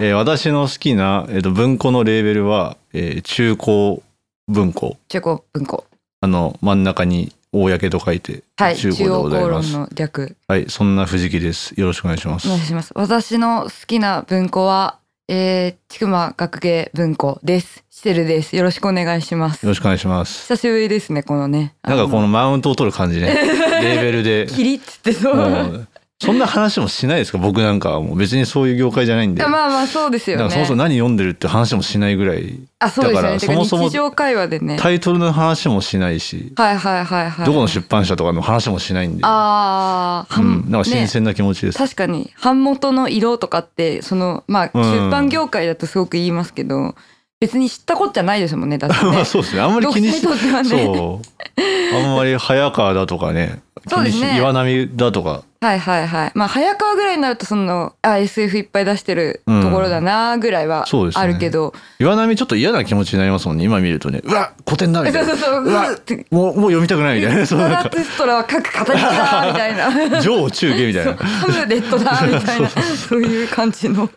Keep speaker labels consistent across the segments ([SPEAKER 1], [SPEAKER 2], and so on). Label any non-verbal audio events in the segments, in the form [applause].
[SPEAKER 1] えー私の好きな、えー、と文庫のレーベルは、えー中高文庫
[SPEAKER 2] 中古文庫。
[SPEAKER 1] あの真ん中に公と書いて、
[SPEAKER 2] はい。
[SPEAKER 1] 中高
[SPEAKER 2] 中
[SPEAKER 1] で
[SPEAKER 2] 央
[SPEAKER 1] ござい
[SPEAKER 2] 公
[SPEAKER 1] ま
[SPEAKER 2] 論
[SPEAKER 1] す
[SPEAKER 2] の略。
[SPEAKER 1] はいそんな藤木ですよろしくお願いします
[SPEAKER 2] お願いします。私の好きな文庫は、えー、ちくま学芸文庫です。シテルです。よろしくお願いします
[SPEAKER 1] よろ。しくお願いします
[SPEAKER 2] 久しぶりですね、このね。
[SPEAKER 1] なんかこ
[SPEAKER 2] の、
[SPEAKER 1] のマウントを取る感
[SPEAKER 2] [laughs]
[SPEAKER 1] じねレーベルで
[SPEAKER 2] キリッつってそう。
[SPEAKER 1] もうそんな話もしないですか僕なんかはもう別にそういう業界じゃないんで、
[SPEAKER 2] まあまあ、そうですよ
[SPEAKER 1] なん
[SPEAKER 2] ね。
[SPEAKER 1] かそもそも何読んでるって話もしないぐらい
[SPEAKER 2] あ、そうですよね。
[SPEAKER 1] だ
[SPEAKER 2] て
[SPEAKER 1] からそ
[SPEAKER 2] か
[SPEAKER 1] もそも
[SPEAKER 2] 日常会話でね。
[SPEAKER 1] タイトルの話もしないし、
[SPEAKER 2] はいはいはいはい。
[SPEAKER 1] どこの出版社とかの話もしないんで
[SPEAKER 2] ああ、
[SPEAKER 1] うん、なんか新
[SPEAKER 2] ね
[SPEAKER 1] 鮮な気持ちです、
[SPEAKER 2] 確かに版元の色とかってそのまあ
[SPEAKER 1] うん
[SPEAKER 2] 出版業界だとすごく言いますけど、別に知ったこっちゃないですもんねだって
[SPEAKER 1] [laughs] まあ
[SPEAKER 2] ね。
[SPEAKER 1] そうですねあんまり気にし
[SPEAKER 2] 読者にとってはね
[SPEAKER 1] そうあんまり早川だとかね
[SPEAKER 2] そうですね
[SPEAKER 1] 気にし岩波だとか
[SPEAKER 2] はいはいはい。まあ早川ぐらいになるとそのあ SF いっぱい出してるところだなぐらいは
[SPEAKER 1] そうですね
[SPEAKER 2] あるけど、
[SPEAKER 1] 岩波ちょっと嫌な気持ちになりますもんね今見るとねうわ古典だみた
[SPEAKER 2] そ
[SPEAKER 1] いうな
[SPEAKER 2] そうそう。
[SPEAKER 1] うわ
[SPEAKER 2] って
[SPEAKER 1] もうもう読みたくないみたい
[SPEAKER 2] [laughs]
[SPEAKER 1] な
[SPEAKER 2] ス
[SPEAKER 1] そう
[SPEAKER 2] ト
[SPEAKER 1] な
[SPEAKER 2] ラ
[SPEAKER 1] ん
[SPEAKER 2] トゥストラは各語りだみた
[SPEAKER 1] [laughs]
[SPEAKER 2] いな。
[SPEAKER 1] か上中下みたい
[SPEAKER 2] そう
[SPEAKER 1] な
[SPEAKER 2] ハムレットだみたいなそういう感じの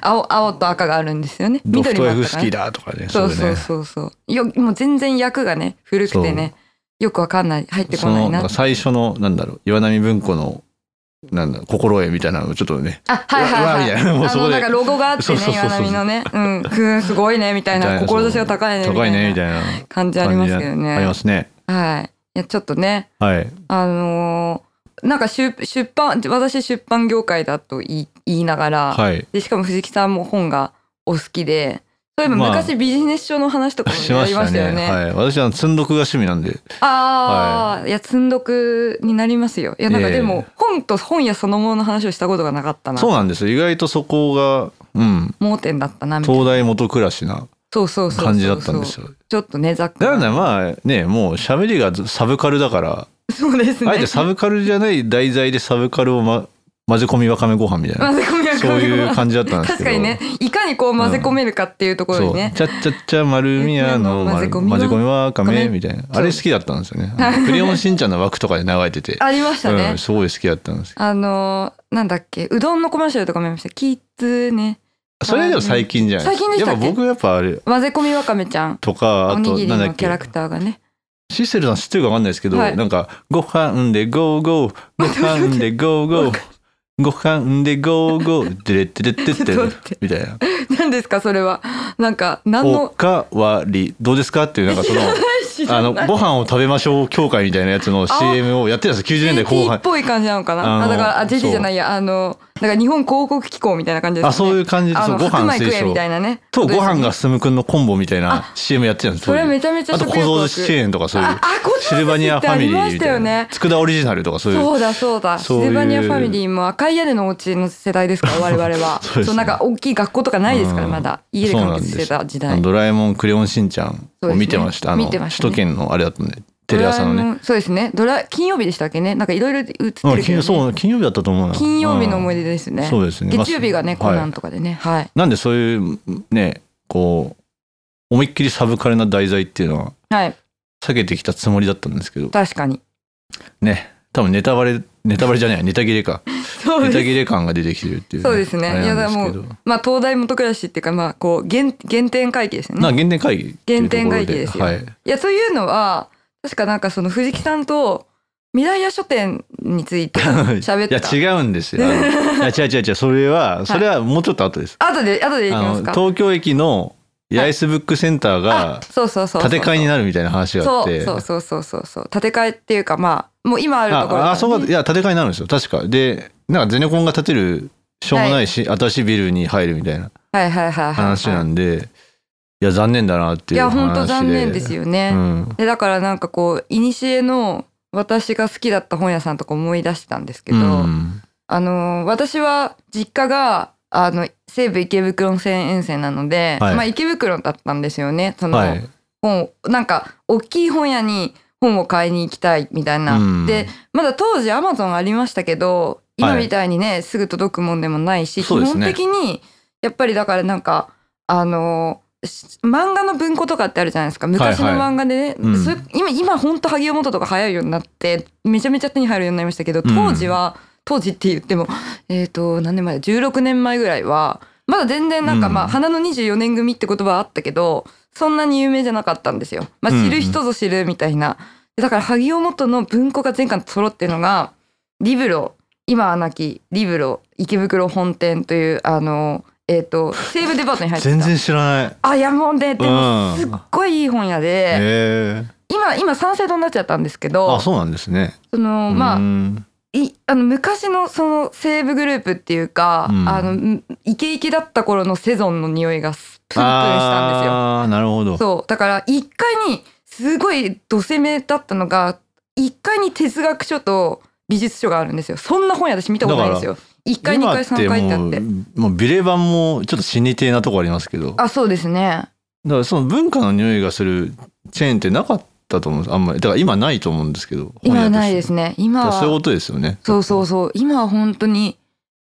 [SPEAKER 2] 青青と赤があるんですよね。
[SPEAKER 1] ドフ
[SPEAKER 2] 緑
[SPEAKER 1] ト
[SPEAKER 2] もあ
[SPEAKER 1] エ
[SPEAKER 2] った
[SPEAKER 1] フ
[SPEAKER 2] か
[SPEAKER 1] ス
[SPEAKER 2] な
[SPEAKER 1] キーだとかね
[SPEAKER 2] そう
[SPEAKER 1] だ
[SPEAKER 2] そう
[SPEAKER 1] ね
[SPEAKER 2] そうそう。よもう全然役がね古くてねよくわかんない入ってこ
[SPEAKER 1] そ
[SPEAKER 2] ない
[SPEAKER 1] のなんか。
[SPEAKER 2] な
[SPEAKER 1] 最初のなんだろう岩波文庫のなんだ心得みたいなのちょっとね
[SPEAKER 2] あはいはいう
[SPEAKER 1] わうわ
[SPEAKER 2] は
[SPEAKER 1] み
[SPEAKER 2] い。
[SPEAKER 1] たいなもう
[SPEAKER 2] あ
[SPEAKER 1] そこ
[SPEAKER 2] の
[SPEAKER 1] で
[SPEAKER 2] なんかロゴがあって
[SPEAKER 1] そう
[SPEAKER 2] ね
[SPEAKER 1] そうそう
[SPEAKER 2] 岩
[SPEAKER 1] そう
[SPEAKER 2] 波のねうんふんすごいねみたい
[SPEAKER 1] みたい
[SPEAKER 2] な
[SPEAKER 1] な
[SPEAKER 2] 志が高いねみ
[SPEAKER 1] 高
[SPEAKER 2] た
[SPEAKER 1] いねみ
[SPEAKER 2] いな
[SPEAKER 1] たいな
[SPEAKER 2] 感じありますけどね。
[SPEAKER 1] ありますね
[SPEAKER 2] はい。いやちょっとね
[SPEAKER 1] はい
[SPEAKER 2] あのーなんか出出版私出版業界だと言い言いながら、
[SPEAKER 1] はい
[SPEAKER 2] でしかも藤木さんも本がお好きで。そういえば
[SPEAKER 1] まあ
[SPEAKER 2] 昔ビジネス書の話とかも
[SPEAKER 1] し
[SPEAKER 2] や
[SPEAKER 1] ま
[SPEAKER 2] り
[SPEAKER 1] し
[SPEAKER 2] ま
[SPEAKER 1] た
[SPEAKER 2] したよね
[SPEAKER 1] ね。はい私は積んどくが趣味なんで
[SPEAKER 2] ああ、い、や積んどくになりますよ。いやなん
[SPEAKER 1] え
[SPEAKER 2] か
[SPEAKER 1] え
[SPEAKER 2] でも、本と本屋そのものの話をしたことがなかったな。
[SPEAKER 1] そうなんですよ意外とそこがうん
[SPEAKER 2] 盲点だったなみたいな。
[SPEAKER 1] 東大元暮らしな
[SPEAKER 2] そうそうそうそう
[SPEAKER 1] 感じだったんですよ
[SPEAKER 2] ちょっとねざっく
[SPEAKER 1] だからね
[SPEAKER 2] り。
[SPEAKER 1] まあねもう喋りがサブカルだから
[SPEAKER 2] そうですね。
[SPEAKER 1] あえてサブカルじゃない題材でサブカルを、ま、混ぜ込みわかめご飯みたい
[SPEAKER 2] [laughs]
[SPEAKER 1] な
[SPEAKER 2] 混ぜ込みは
[SPEAKER 1] そういう感じだったんですけど
[SPEAKER 2] 確かにねいかにこう混ぜ込めるかっていうところ
[SPEAKER 1] そう
[SPEAKER 2] にね。
[SPEAKER 1] ちゃっちゃっちゃ丸宮
[SPEAKER 2] [laughs]
[SPEAKER 1] の丸
[SPEAKER 2] 丸宮の
[SPEAKER 1] 混
[SPEAKER 2] 混
[SPEAKER 1] ぜ
[SPEAKER 2] ぜ
[SPEAKER 1] 込
[SPEAKER 2] 込
[SPEAKER 1] み
[SPEAKER 2] み
[SPEAKER 1] わか
[SPEAKER 2] ごめ
[SPEAKER 1] め
[SPEAKER 2] ん
[SPEAKER 1] みたいな
[SPEAKER 2] そう
[SPEAKER 1] あれ好きだったんですよねあのクレヨンしんちゃんの枠とかで流れてて
[SPEAKER 2] [laughs] ありましたね。
[SPEAKER 1] うん、すごい好きだったんです
[SPEAKER 2] あのーなんだっけうどんのコマーシャルとかも見ました。キッズね
[SPEAKER 1] それでも最近じゃない
[SPEAKER 2] 最近でしたっ
[SPEAKER 1] やっ
[SPEAKER 2] け
[SPEAKER 1] ぱ僕やっぱあれ
[SPEAKER 2] 混ぜ込みわかめちゃん
[SPEAKER 1] とか
[SPEAKER 2] お
[SPEAKER 1] あ
[SPEAKER 2] に
[SPEAKER 1] と
[SPEAKER 2] ぎり
[SPEAKER 1] なんだ
[SPEAKER 2] の
[SPEAKER 1] っ
[SPEAKER 2] キャ
[SPEAKER 1] け
[SPEAKER 2] ラクターがね。 [laughs]
[SPEAKER 1] システルさん知ってるかわかんないですけど、
[SPEAKER 2] はい
[SPEAKER 1] なんか、ご飯でゴーゴー、ご飯でゴーゴー、ご飯でゴーゴー、デレデレデレ
[SPEAKER 2] [laughs] ちょっと待って
[SPEAKER 1] みたいな。
[SPEAKER 2] 何ですかそれはなんか何
[SPEAKER 1] お
[SPEAKER 2] の
[SPEAKER 1] かわり、どうですかっていう、なんかその、
[SPEAKER 2] [laughs] 知ら
[SPEAKER 1] あ
[SPEAKER 2] な
[SPEAKER 1] の、
[SPEAKER 2] い
[SPEAKER 1] ご飯を食べましょう協会みたいなやつの CM をやってたんですよ、90年代
[SPEAKER 2] JT
[SPEAKER 1] 後
[SPEAKER 2] っ
[SPEAKER 1] 半。
[SPEAKER 2] ぽい感じなのかな。
[SPEAKER 1] あ
[SPEAKER 2] あ
[SPEAKER 1] の
[SPEAKER 2] だからあ JT
[SPEAKER 1] そう
[SPEAKER 2] じゃないやあのなんか日本広告機構みたいな感じです、ね。
[SPEAKER 1] あ、そういう感じで、
[SPEAKER 2] あ
[SPEAKER 1] そう
[SPEAKER 2] の
[SPEAKER 1] ご
[SPEAKER 2] 白
[SPEAKER 1] 飯
[SPEAKER 2] 米
[SPEAKER 1] 推
[SPEAKER 2] 食えみたい
[SPEAKER 1] 奨。
[SPEAKER 2] なね。
[SPEAKER 1] と、ご飯
[SPEAKER 2] が
[SPEAKER 1] が進むくんのコンボみたいな CM やってたんです
[SPEAKER 2] そ
[SPEAKER 1] よ。
[SPEAKER 2] れめちゃめちゃ
[SPEAKER 1] あと、
[SPEAKER 2] 食
[SPEAKER 1] 小
[SPEAKER 2] 欲
[SPEAKER 1] 僧
[SPEAKER 2] 湧
[SPEAKER 1] 寿
[SPEAKER 2] く
[SPEAKER 1] 司チェーンとかそういう
[SPEAKER 2] あ、、あこっち
[SPEAKER 1] シルバニアファミリ
[SPEAKER 2] ありま
[SPEAKER 1] ー
[SPEAKER 2] し
[SPEAKER 1] み
[SPEAKER 2] た
[SPEAKER 1] た
[SPEAKER 2] よ
[SPEAKER 1] いな
[SPEAKER 2] ね。。
[SPEAKER 1] 佃オリジナルとかそういう。
[SPEAKER 2] そうだそうだ
[SPEAKER 1] そういう
[SPEAKER 2] シルバニアファミリーも赤い屋根のお家の世
[SPEAKER 1] [laughs]
[SPEAKER 2] 代ですから我々は
[SPEAKER 1] そうですね
[SPEAKER 2] なんか大きい学校とかないですから
[SPEAKER 1] うん
[SPEAKER 2] まだ家で完結してた時
[SPEAKER 1] あ
[SPEAKER 2] 代
[SPEAKER 1] のドラえもんクレヨンしんちゃんを見てました。あ
[SPEAKER 2] そうですね
[SPEAKER 1] の
[SPEAKER 2] 見てましたね
[SPEAKER 1] 首都圏のあれだったんで、テレ朝の
[SPEAKER 2] ドラえ
[SPEAKER 1] ね。
[SPEAKER 2] もんそうですねドラ金曜日でしたっけねなんかいろいろ映ってるけど
[SPEAKER 1] う
[SPEAKER 2] ね
[SPEAKER 1] ん、金そう金曜日だったと思うな。
[SPEAKER 2] 金曜日の思い
[SPEAKER 1] 出。
[SPEAKER 2] 出ですね、
[SPEAKER 1] そうですね。
[SPEAKER 2] 月曜日がね
[SPEAKER 1] まあ
[SPEAKER 2] コナ
[SPEAKER 1] は
[SPEAKER 2] ン
[SPEAKER 1] い
[SPEAKER 2] とかでねはい
[SPEAKER 1] なんでそういうね、こう思いっきりサブカルな題材っていうのは
[SPEAKER 2] はい
[SPEAKER 1] 避けてきたつもりだったんですけど、
[SPEAKER 2] 確かに
[SPEAKER 1] ね、多分ネタバレネタバレじゃないネタ切れか、
[SPEAKER 2] [laughs] そう
[SPEAKER 1] ネタ
[SPEAKER 2] です
[SPEAKER 1] 切れ感が出てきてるっていう、
[SPEAKER 2] そうですね
[SPEAKER 1] あれなんですけ
[SPEAKER 2] いや
[SPEAKER 1] ど。
[SPEAKER 2] まあ東大元暮らしっていうかまあこう原原点回帰ですよね
[SPEAKER 1] な原点会議っていうところ
[SPEAKER 2] 原点会議ですよ
[SPEAKER 1] はい。
[SPEAKER 2] いやというのは確かなんかその藤木さんと未来屋書店につい
[SPEAKER 1] [laughs]
[SPEAKER 2] て喋った
[SPEAKER 1] いや違うんですよ。あのいや違う違う違うそれ
[SPEAKER 2] [laughs]
[SPEAKER 1] はそれはもうちょっと後です。
[SPEAKER 2] 後で後で行き
[SPEAKER 1] あ
[SPEAKER 2] ま
[SPEAKER 1] の
[SPEAKER 2] すか
[SPEAKER 1] 東京駅の八重洲ブックセンターが
[SPEAKER 2] そうそうそうそう
[SPEAKER 1] 建て替えになるみたいな話があっ
[SPEAKER 2] そ
[SPEAKER 1] て。
[SPEAKER 2] うそうそうそうそうそう建て替えっていうかまあもう今あるところからね
[SPEAKER 1] ああそうかいや建て替えになるんですよ確かでなんかゼネコンが建てるしょうもないし、新しいビルに入るみたいな
[SPEAKER 2] はいはいはいはいはい
[SPEAKER 1] 話なんで、い、や残念だなって
[SPEAKER 2] い
[SPEAKER 1] いう
[SPEAKER 2] や
[SPEAKER 1] 話で
[SPEAKER 2] 本当残念ですよね、
[SPEAKER 1] うん
[SPEAKER 2] でだからなんかこう古の私が好きだった本屋さんとか思い出したんですけど、
[SPEAKER 1] うん
[SPEAKER 2] あの私は実家があの西武池袋線沿線なので、
[SPEAKER 1] はい
[SPEAKER 2] まあ池袋だったんですよねその、
[SPEAKER 1] はい
[SPEAKER 2] 本をなんか大きい本屋に本を買いに行きたいみたいな、
[SPEAKER 1] うん
[SPEAKER 2] でまだ当時アマゾンありましたけど今みたいにね、すぐ届くもんでもないし、
[SPEAKER 1] そう
[SPEAKER 2] 基
[SPEAKER 1] です
[SPEAKER 2] 本
[SPEAKER 1] ね
[SPEAKER 2] 的にやっぱりだからなんかあのし漫画の文庫とかってあるじゃないですか昔の
[SPEAKER 1] はいはい
[SPEAKER 2] 漫画でね、
[SPEAKER 1] うん
[SPEAKER 2] それ今今ほんと萩尾元とか早いようになってめちゃめちゃ手に入るようになりましたけど当時は、当時って言ってもえっ、と何年前16年前ぐらいはまだ全然なんかまあ、
[SPEAKER 1] うん
[SPEAKER 2] 花の24年組って言葉はあったけどそんなに有名じゃなかったんですよ、まあ、
[SPEAKER 1] うんうん
[SPEAKER 2] 知る人ぞ知るみたいな、でだから萩尾元の文庫が全巻揃ってるのがリブロ今はなきリブロ池袋本店というあのえっ、と西武デパートに入ってた
[SPEAKER 1] 全然知らない。
[SPEAKER 2] あいやもうねでも
[SPEAKER 1] うん
[SPEAKER 2] すっごいいい本屋で、
[SPEAKER 1] ええ
[SPEAKER 2] 今今三省堂になっちゃったんですけど
[SPEAKER 1] あ、そうなんですね。
[SPEAKER 2] そのまあ、
[SPEAKER 1] うん
[SPEAKER 2] いあの昔のその西武グループっていうか、
[SPEAKER 1] うん
[SPEAKER 2] あのんイケイケだった頃のセゾンの匂いがスプンプンしたんですよ。
[SPEAKER 1] あーなるほど。
[SPEAKER 2] そうだから1階にすごいド攻めだったのが1階に哲学書と美術書があるんですよ。そんな本屋私見たことないんですよ。1階2階3階ってあ
[SPEAKER 1] も
[SPEAKER 2] っ
[SPEAKER 1] う
[SPEAKER 2] て。
[SPEAKER 1] もうビレ版もちょっと死にてなとこありますけどだか
[SPEAKER 2] あそうですね。
[SPEAKER 1] らその文化の匂いがするチェーンってなかったと思うんですあんまりだから今ないと思うんですけど
[SPEAKER 2] 今はないです
[SPEAKER 1] ね
[SPEAKER 2] ね。今は
[SPEAKER 1] そういうことですよね
[SPEAKER 2] そうそうそう今は本当に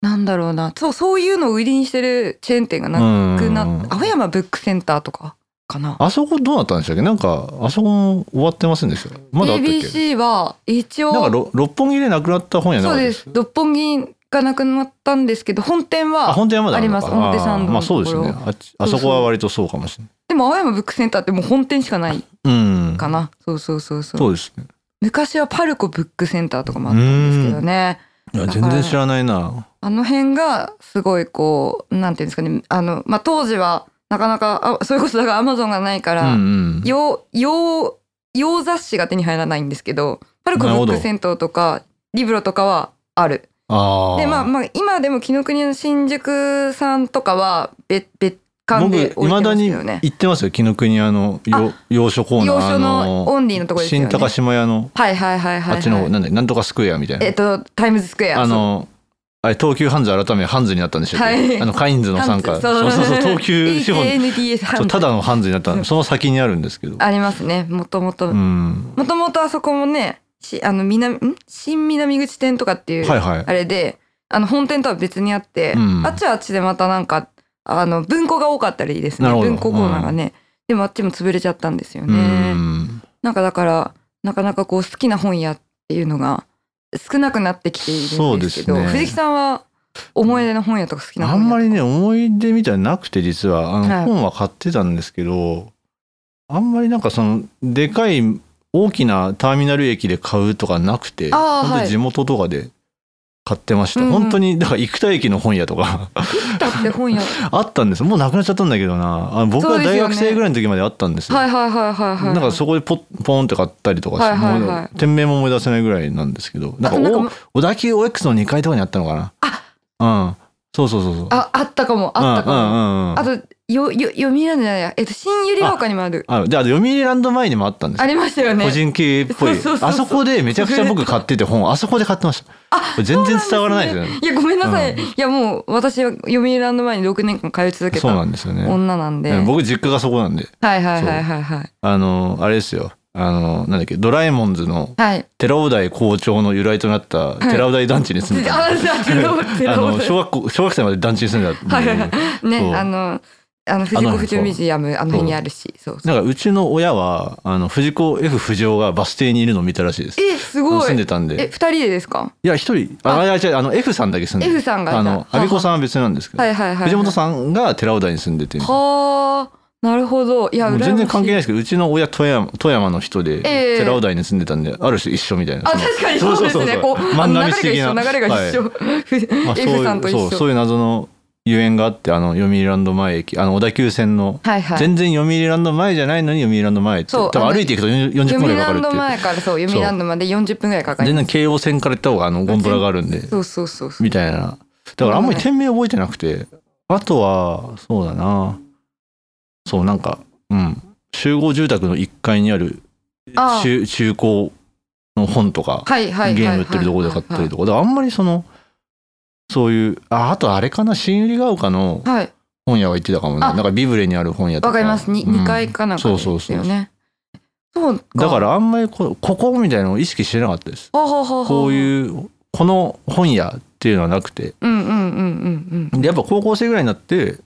[SPEAKER 2] なんだろうなそうそういうのを売りにしてるチェーン店がなくな
[SPEAKER 1] うん
[SPEAKER 2] っ青山ブックセンターとかかな
[SPEAKER 1] あそこどうなったんでしたっけなんかあそこも終わってませんでしたまだあったっけ、
[SPEAKER 2] ABC は一応
[SPEAKER 1] なんかろ六本木でなくなった本屋なか
[SPEAKER 2] そう
[SPEAKER 1] った
[SPEAKER 2] で
[SPEAKER 1] ですす
[SPEAKER 2] 六本木がなくなったんですけど本店
[SPEAKER 1] あ
[SPEAKER 2] は
[SPEAKER 1] 本店はまだるのか
[SPEAKER 2] あります表参道の
[SPEAKER 1] あー
[SPEAKER 2] ところ
[SPEAKER 1] まあそうですよねあっちあそこは割とそうかもしれ
[SPEAKER 2] でも青山ブックセンターってもう本店しかない
[SPEAKER 1] ないうん
[SPEAKER 2] かな、そうそうそうそう
[SPEAKER 1] そうですね
[SPEAKER 2] 昔はパルコブックセンターとかもあったんですけどね
[SPEAKER 1] いや全然知らないな
[SPEAKER 2] あの辺がすごいこうなんていうんですかねあの、まあ、当時はなかなかあそれこそだからアマゾンがないか
[SPEAKER 1] う
[SPEAKER 2] ら、
[SPEAKER 1] んうん
[SPEAKER 2] 洋洋洋雑誌が手に入らないんですけどパルコブックセントとかリブロとかはある
[SPEAKER 1] あー
[SPEAKER 2] でまあまあ今でも紀ノ国の新宿さんとかは別別館
[SPEAKER 1] 僕
[SPEAKER 2] で置い
[SPEAKER 1] いま
[SPEAKER 2] て
[SPEAKER 1] だ
[SPEAKER 2] ます
[SPEAKER 1] に
[SPEAKER 2] けどね
[SPEAKER 1] 行ってますよ紀ノ国屋のよ洋書コーナー
[SPEAKER 2] 洋書の
[SPEAKER 1] あ
[SPEAKER 2] オンリーのとこですよね
[SPEAKER 1] 新高島屋の
[SPEAKER 2] はいはいはいはい、はい、
[SPEAKER 1] あっちの方なんだなんとかスクエアみたいな、
[SPEAKER 2] えっとタイムズスクエア
[SPEAKER 1] あのあれ東急ハンズ改めハンズになったんでしょ、
[SPEAKER 2] はい
[SPEAKER 1] あのカインズの傘下
[SPEAKER 2] そう
[SPEAKER 1] そうそうそう東急資本
[SPEAKER 2] ANTS ハンズ
[SPEAKER 1] そうただのハンズになったその先にあるんですけど
[SPEAKER 2] ありますねもともと
[SPEAKER 1] うん
[SPEAKER 2] もともとあそこもねしあの南ん新南口店とかっていう
[SPEAKER 1] はいはい
[SPEAKER 2] あれであの本店とは別にあって、
[SPEAKER 1] うん
[SPEAKER 2] あっちはあっちでまたなんかあの文庫が多かったらいいですね
[SPEAKER 1] なるほど
[SPEAKER 2] 文庫コーナーがね、でもあっちも潰れちゃったんですよ
[SPEAKER 1] う
[SPEAKER 2] ね、
[SPEAKER 1] ん
[SPEAKER 2] なんかだからなかなかこう好きな本屋っていうのが少なくなってきている
[SPEAKER 1] そ
[SPEAKER 2] ん
[SPEAKER 1] う
[SPEAKER 2] で
[SPEAKER 1] ですす
[SPEAKER 2] けど
[SPEAKER 1] ね
[SPEAKER 2] 藤木さんは思い出の本屋とか好きな
[SPEAKER 1] あ
[SPEAKER 2] 本屋
[SPEAKER 1] んまりね思い出みたいなのなくて実はあの、
[SPEAKER 2] はい
[SPEAKER 1] 本は買ってたんですけどあんまりなんかそのでかい大きなターミナル駅で買うとかなくて
[SPEAKER 2] あー
[SPEAKER 1] 本当
[SPEAKER 2] はい
[SPEAKER 1] に地元とかで買ってました、
[SPEAKER 2] うんうん
[SPEAKER 1] 本当にだから生田駅の本屋とか [laughs]
[SPEAKER 2] 生田って本屋は
[SPEAKER 1] あったんですもうなくなっちゃったんだけどなあの僕
[SPEAKER 2] そう
[SPEAKER 1] は
[SPEAKER 2] です
[SPEAKER 1] 大
[SPEAKER 2] よね
[SPEAKER 1] 学生ぐらいの時まであったんですよ
[SPEAKER 2] いはいはいはいはい
[SPEAKER 1] なんかそこでポッポーンって買ったりとかして、
[SPEAKER 2] はいはいはい
[SPEAKER 1] もう店名も思い出せないぐらいなんですけどな
[SPEAKER 2] あとなんか
[SPEAKER 1] んかお小田急 OX の2階とかにあったのかなあうんそうそうそうそう
[SPEAKER 2] ああったかもあったかも、
[SPEAKER 1] うんうんうんうん
[SPEAKER 2] あとよよ読みなんじゃないやえっと新百合ヶ丘にもある
[SPEAKER 1] あであと読売ランド前にもあったんです
[SPEAKER 2] あ
[SPEAKER 1] よ
[SPEAKER 2] りましたよね
[SPEAKER 1] 個人系っぽい
[SPEAKER 2] そうそうそうそう
[SPEAKER 1] あそこでめちゃくちゃ僕買ってて本あそこで買ってましたこれ全然伝わらないですよね
[SPEAKER 2] [laughs] いやごめんなさい、
[SPEAKER 1] うん
[SPEAKER 2] いやもう私は読売ランド前に6年間通い続け
[SPEAKER 1] そうな
[SPEAKER 2] た
[SPEAKER 1] んですよね
[SPEAKER 2] 女なんで
[SPEAKER 1] うん僕実家がそこなんで
[SPEAKER 2] はいはいはいはいはい
[SPEAKER 1] あのあれですよあのなんだっけドラえもんズの
[SPEAKER 2] はい
[SPEAKER 1] 寺尾台校長の由来となった
[SPEAKER 2] い
[SPEAKER 1] 寺尾台団地に住んでた、
[SPEAKER 2] [laughs] あじゃあ寺尾寺
[SPEAKER 1] あ
[SPEAKER 2] 尾
[SPEAKER 1] の小学校小学生まで団地に住んでたんで
[SPEAKER 2] はいはいは
[SPEAKER 1] そ
[SPEAKER 2] ね
[SPEAKER 1] う
[SPEAKER 2] あのあの藤
[SPEAKER 1] あ
[SPEAKER 2] 子
[SPEAKER 1] の
[SPEAKER 2] 不二雄ミュージアムあの辺にあるしそうそう
[SPEAKER 1] なんかうちの親はあの藤子 F 不二雄がバス停にいるのを見たらしいです
[SPEAKER 2] えすごい
[SPEAKER 1] 住んでたんで
[SPEAKER 2] え二人でですか
[SPEAKER 1] いや一人ああいや違うあの F さんだけ住んでる
[SPEAKER 2] F さんがいた
[SPEAKER 1] あの阿ビ子さんは別なんですけど、
[SPEAKER 2] はいはいはい
[SPEAKER 1] 藤本さんが寺尾台に住んでても
[SPEAKER 2] はあなるほどいや
[SPEAKER 1] う
[SPEAKER 2] 羨まし
[SPEAKER 1] 全然関係ない
[SPEAKER 2] い
[SPEAKER 1] ですけどうちの親富山富山の人で
[SPEAKER 2] ええ
[SPEAKER 1] 寺尾台に住んでたんで、ある種一緒みたいな
[SPEAKER 2] あ
[SPEAKER 1] その
[SPEAKER 2] 確かにそうですねこうあ
[SPEAKER 1] 万
[SPEAKER 2] の
[SPEAKER 1] 波
[SPEAKER 2] 流
[SPEAKER 1] 的
[SPEAKER 2] れが一緒
[SPEAKER 1] な
[SPEAKER 2] 流れが一
[SPEAKER 1] はい
[SPEAKER 2] 緒
[SPEAKER 1] まあ、そう
[SPEAKER 2] F さんと
[SPEAKER 1] いう
[SPEAKER 2] 一
[SPEAKER 1] そうそ
[SPEAKER 2] 緒
[SPEAKER 1] ういう謎のゆえんがあってあの読売ランド前駅あの小田急線の、
[SPEAKER 2] はいはい
[SPEAKER 1] 全然読売ランド前じゃないのに読売ランド前って
[SPEAKER 2] そう
[SPEAKER 1] 多分歩いていくと40分
[SPEAKER 2] 読
[SPEAKER 1] ぐら
[SPEAKER 2] 売
[SPEAKER 1] いか
[SPEAKER 2] ラ
[SPEAKER 1] かる
[SPEAKER 2] ン
[SPEAKER 1] って
[SPEAKER 2] ド
[SPEAKER 1] いう
[SPEAKER 2] 前からそう読売ランドまで40分ぐらいかかり
[SPEAKER 1] 全
[SPEAKER 2] ま
[SPEAKER 1] 然
[SPEAKER 2] す
[SPEAKER 1] 京王線から行った方があのゴンドラがあるんで
[SPEAKER 2] そうそうそうそう
[SPEAKER 1] みたいなだからあんまり店名覚えてなくてあとはそうだなそうなんかうん集合住宅の1階にある
[SPEAKER 2] ああ
[SPEAKER 1] 中中古の本とか
[SPEAKER 2] はいはいはいはい
[SPEAKER 1] ゲーム売ってるとこで買ったりとかだからあんまりそのそういうああとあれかな新百合ヶ丘の
[SPEAKER 2] はい
[SPEAKER 1] 本屋は行ってたかもね
[SPEAKER 2] あ
[SPEAKER 1] なんかビブレにある本屋とか
[SPEAKER 2] わかりますに
[SPEAKER 1] うん
[SPEAKER 2] 二階かなんかです
[SPEAKER 1] そ
[SPEAKER 2] よ
[SPEAKER 1] う
[SPEAKER 2] ね
[SPEAKER 1] そうそう
[SPEAKER 2] そうか
[SPEAKER 1] だからあんまりこここみたいなのを意識してなかったです
[SPEAKER 2] ほうほうほうほ
[SPEAKER 1] こう
[SPEAKER 2] う
[SPEAKER 1] いうこの本屋っていうのはなくて
[SPEAKER 2] うんうんうんうんうん
[SPEAKER 1] でやっぱ高校生ぐらいになって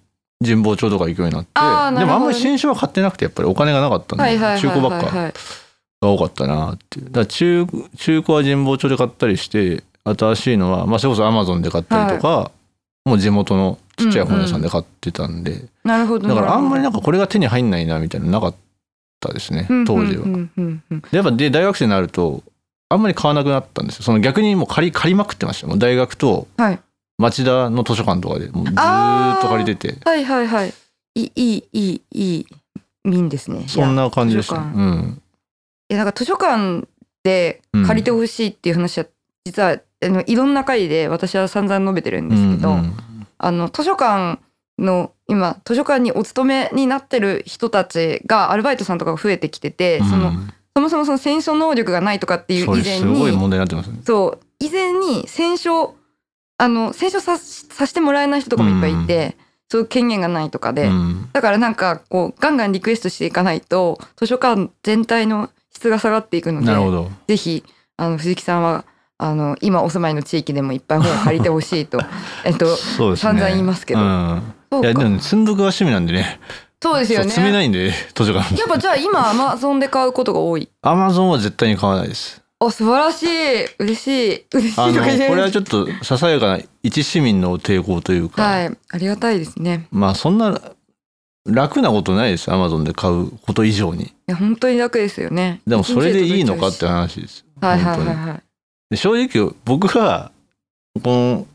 [SPEAKER 1] 神保町とか行くようになって
[SPEAKER 2] あーなるほどね
[SPEAKER 1] でもあんまり新書は買ってなくてやっぱりお金がなかったんで、
[SPEAKER 2] はいはいはい
[SPEAKER 1] 中古ばっ
[SPEAKER 2] はい
[SPEAKER 1] か
[SPEAKER 2] はい
[SPEAKER 1] が多かったなっていうだから中中古は神保町で買ったりして新しいのは、まあ、それこそアマゾンで買ったりとか、もう地元のちっちゃい本屋さんで買ってたんで、
[SPEAKER 2] なるほど
[SPEAKER 1] だからあんまりな
[SPEAKER 2] なる
[SPEAKER 1] んかこれが手に入んないなみたいなのなかったですね
[SPEAKER 2] ほど
[SPEAKER 1] 当時は。
[SPEAKER 2] うんうんうんうん
[SPEAKER 1] でやっぱで大学生になるとあんまり買わなくなったんですよその逆にもう借り借りまくってましたよもう大学と
[SPEAKER 2] はい
[SPEAKER 1] 町田の図書館とかでもうずーっと借りてて
[SPEAKER 2] はいはいはいいいいいいいい民ですね
[SPEAKER 1] そん
[SPEAKER 2] い
[SPEAKER 1] な感じでしたね
[SPEAKER 2] 図書
[SPEAKER 1] うん
[SPEAKER 2] やいやなんか図書館で借りてほしいっていう話は、実はあのいろんな回で私は散々述べてるんですけど、
[SPEAKER 1] うんうん
[SPEAKER 2] あの図書館の今図書館にお勤めになってる人たちがアルバイトさんとかが増えてきてて、その
[SPEAKER 1] うん
[SPEAKER 2] そもそもその選書能力がないとかっていう
[SPEAKER 1] それ
[SPEAKER 2] 以前
[SPEAKER 1] すごい
[SPEAKER 2] に
[SPEAKER 1] 問題になってますよね
[SPEAKER 2] そう以前に選書あの選書ささせてもらえない人とかもいっぱいいて、そういう権限がないとかで、
[SPEAKER 1] うん
[SPEAKER 2] だからなんかこうガンガンリクエストしていかないと図書館全体の質が下がっていくので
[SPEAKER 1] なるほど
[SPEAKER 2] ぜひあの藤木さんはあの今お住まいの地域でもいっぱい本を借りてほしい
[SPEAKER 1] [laughs]
[SPEAKER 2] とえっと
[SPEAKER 1] そうですね
[SPEAKER 2] 散々言いますけど
[SPEAKER 1] うん
[SPEAKER 2] そう
[SPEAKER 1] いやでも
[SPEAKER 2] か
[SPEAKER 1] ね積んどくが趣味なんでね
[SPEAKER 2] そうですよ
[SPEAKER 1] そう積め
[SPEAKER 2] ね。
[SPEAKER 1] ないんで [laughs] 図書館も
[SPEAKER 2] やっぱじゃあ今アマゾンで買うことが多い。
[SPEAKER 1] アマゾンは絶対に買わないです
[SPEAKER 2] あ素晴らしい嬉しい嬉しい
[SPEAKER 1] あ
[SPEAKER 2] と
[SPEAKER 1] の
[SPEAKER 2] か言え
[SPEAKER 1] これは
[SPEAKER 2] る。
[SPEAKER 1] ちょっとささやかな一市民の抵抗というか、
[SPEAKER 2] はいありがたいですね。
[SPEAKER 1] まあそんな楽なことないですアマゾンで買うこと以上に
[SPEAKER 2] いや本当に楽ですよね。
[SPEAKER 1] でもそれでいいのかって話です
[SPEAKER 2] はいはいはい
[SPEAKER 1] 本当に
[SPEAKER 2] はい。
[SPEAKER 1] で正直僕はこの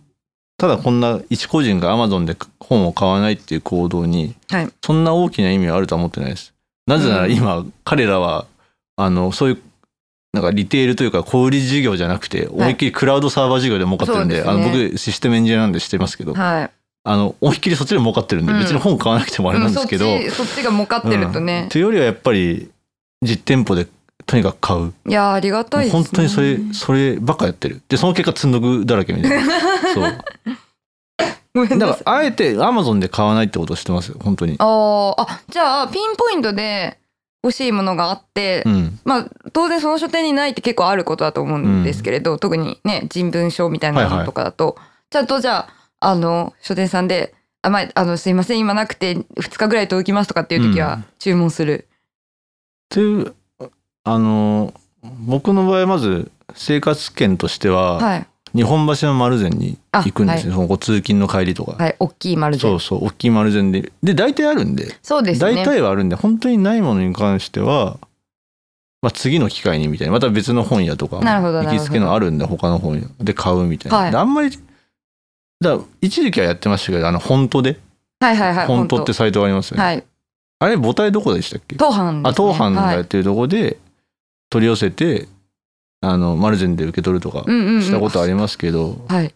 [SPEAKER 1] ただこんな一個人がアマゾンで本を買わないっていう行動に、
[SPEAKER 2] はい
[SPEAKER 1] そんな大きな意味はあるとは思ってないですなぜなら
[SPEAKER 2] うん
[SPEAKER 1] 今、彼らはあのそういうなんかリテールというか小売事業じゃなくて思いっきりクラウドサーバー事業で儲かってるんで,、
[SPEAKER 2] そうですね
[SPEAKER 1] あの僕システムエンジニアなんで知ってますけど、
[SPEAKER 2] はい。
[SPEAKER 1] あの思いっきりそっちで儲かってるんで、
[SPEAKER 2] うん
[SPEAKER 1] 別に本買わなくてもあれなんですけど、
[SPEAKER 2] うんそっちそっちが儲かってると
[SPEAKER 1] うん
[SPEAKER 2] ね。
[SPEAKER 1] というよりはやっぱり実店舗でとにかく買う。
[SPEAKER 2] いやありがたいです、ね。
[SPEAKER 1] 本当にそれ、そればっかやってる。で、その結果積んどくだらけみたい
[SPEAKER 2] [laughs]
[SPEAKER 1] な。そう。
[SPEAKER 2] ごめんな
[SPEAKER 1] だ
[SPEAKER 2] さい
[SPEAKER 1] か。ら、あえてアマゾンで買わないってことをしてますよ、本当に。
[SPEAKER 2] あーあじゃあピンポイントで欲しいものがあって、
[SPEAKER 1] うん。
[SPEAKER 2] まあ当然その書店にないって結構あることだと思うんですけれど、特にね人文書みたいな
[SPEAKER 1] はいは
[SPEAKER 2] の
[SPEAKER 1] い
[SPEAKER 2] とかだと、ちゃんとじゃああの書店さんで「あ,、まあ、あのすいません今なくて2日ぐらい届きます」とかっていう時
[SPEAKER 1] う
[SPEAKER 2] は
[SPEAKER 1] ん
[SPEAKER 2] 注文する。
[SPEAKER 1] という、あの、僕の場合、まず、生活圏としては、
[SPEAKER 2] はい、
[SPEAKER 1] 日本橋の丸善に行くんですよ、そのこう通勤の帰りとか。
[SPEAKER 2] はい、大きい丸で
[SPEAKER 1] そ
[SPEAKER 2] そう
[SPEAKER 1] うそう、大きい丸善で。で、大体あるんで、
[SPEAKER 2] です
[SPEAKER 1] 大
[SPEAKER 2] ね。
[SPEAKER 1] 体はあるんで、本当にないものに関しては、まあ、次の機会にみたいな、また別の本屋とか、
[SPEAKER 2] なるほど
[SPEAKER 1] 行
[SPEAKER 2] なるほど
[SPEAKER 1] きつけのあるんで、他の本屋で買うみたいな。
[SPEAKER 2] はい
[SPEAKER 1] であんまり、だから一時期はやってましたけど、あの、本当で、
[SPEAKER 2] はいはいはい
[SPEAKER 1] 本当ってサイトがありますよね。
[SPEAKER 2] はい
[SPEAKER 1] あれ、母体どこでしたっけ
[SPEAKER 2] 当販です、ね、
[SPEAKER 1] あ、当販が
[SPEAKER 2] は
[SPEAKER 1] や
[SPEAKER 2] い
[SPEAKER 1] ってるとこで、取り寄せて、あの、マルゼンで受け取るとか
[SPEAKER 2] うんうんうん
[SPEAKER 1] したことありますけど、
[SPEAKER 2] はい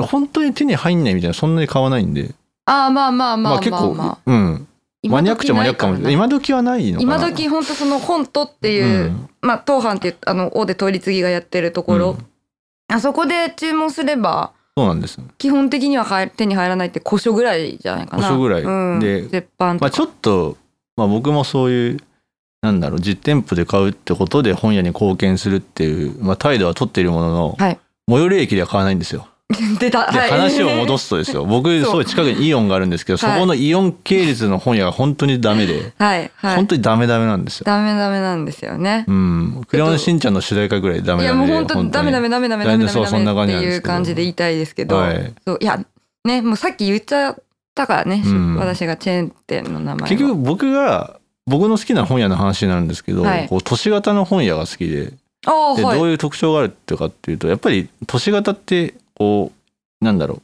[SPEAKER 1] 本当に手に入んないみたいな、そんなに買わないんで、
[SPEAKER 2] あーまあまあまあまあまあ、
[SPEAKER 1] 結構、うん、マニアックっちゃマニアックかもしれない。今時はないのかな
[SPEAKER 2] 今時本当その本とっていうう、
[SPEAKER 1] ん
[SPEAKER 2] まあ当販っていうあの大手取り次ぎがやってるところ、
[SPEAKER 1] うん
[SPEAKER 2] あそこで注文すれば
[SPEAKER 1] そうなんですよ
[SPEAKER 2] 基本的には入手に入らないって古書ぐらいじゃないかな
[SPEAKER 1] 古書ぐらい
[SPEAKER 2] うん、
[SPEAKER 1] で
[SPEAKER 2] 絶版
[SPEAKER 1] ま
[SPEAKER 2] と
[SPEAKER 1] あ、ちょっと、まあ、僕もそういうなんだろう実店舗で買うってことで本屋に貢献するっていう、まあ、態度は取っているものの、
[SPEAKER 2] はい
[SPEAKER 1] 最寄り駅では買わないんですよ。
[SPEAKER 2] 出た、
[SPEAKER 1] で
[SPEAKER 2] はい、
[SPEAKER 1] 話を戻すとです
[SPEAKER 2] [laughs]
[SPEAKER 1] よ僕
[SPEAKER 2] そう
[SPEAKER 1] そう近くにイオンがあるんですけどそ
[SPEAKER 2] はい
[SPEAKER 1] このイオン系列の本屋が本当にダメで、
[SPEAKER 2] はいはい
[SPEAKER 1] 本当にダメダメなんですよ。
[SPEAKER 2] ダメダメなんですよね
[SPEAKER 1] うん、クレヨンしんちゃんの主題歌ぐらいダ
[SPEAKER 2] い
[SPEAKER 1] メ
[SPEAKER 2] や
[SPEAKER 1] ダ
[SPEAKER 2] も
[SPEAKER 1] メ
[SPEAKER 2] う
[SPEAKER 1] で
[SPEAKER 2] 本当ダメダメダメダメダメダメ
[SPEAKER 1] そうそんな
[SPEAKER 2] ダ
[SPEAKER 1] 感
[SPEAKER 2] メ
[SPEAKER 1] じ
[SPEAKER 2] っ
[SPEAKER 1] なん
[SPEAKER 2] て
[SPEAKER 1] です
[SPEAKER 2] い
[SPEAKER 1] け
[SPEAKER 2] う
[SPEAKER 1] ど
[SPEAKER 2] 感じで言いたいですけど、
[SPEAKER 1] はい
[SPEAKER 2] そういやねもうさっき言っちゃったからね、
[SPEAKER 1] うん
[SPEAKER 2] 私がチェーン店の名前は
[SPEAKER 1] 結局僕が僕の好きな本屋の話になるんですけど、
[SPEAKER 2] はい
[SPEAKER 1] こう都市型の本屋が好きで
[SPEAKER 2] あ
[SPEAKER 1] で
[SPEAKER 2] ーはい
[SPEAKER 1] どういう特徴があるっていうかっていうとやっぱり都市型ってこうなんだろう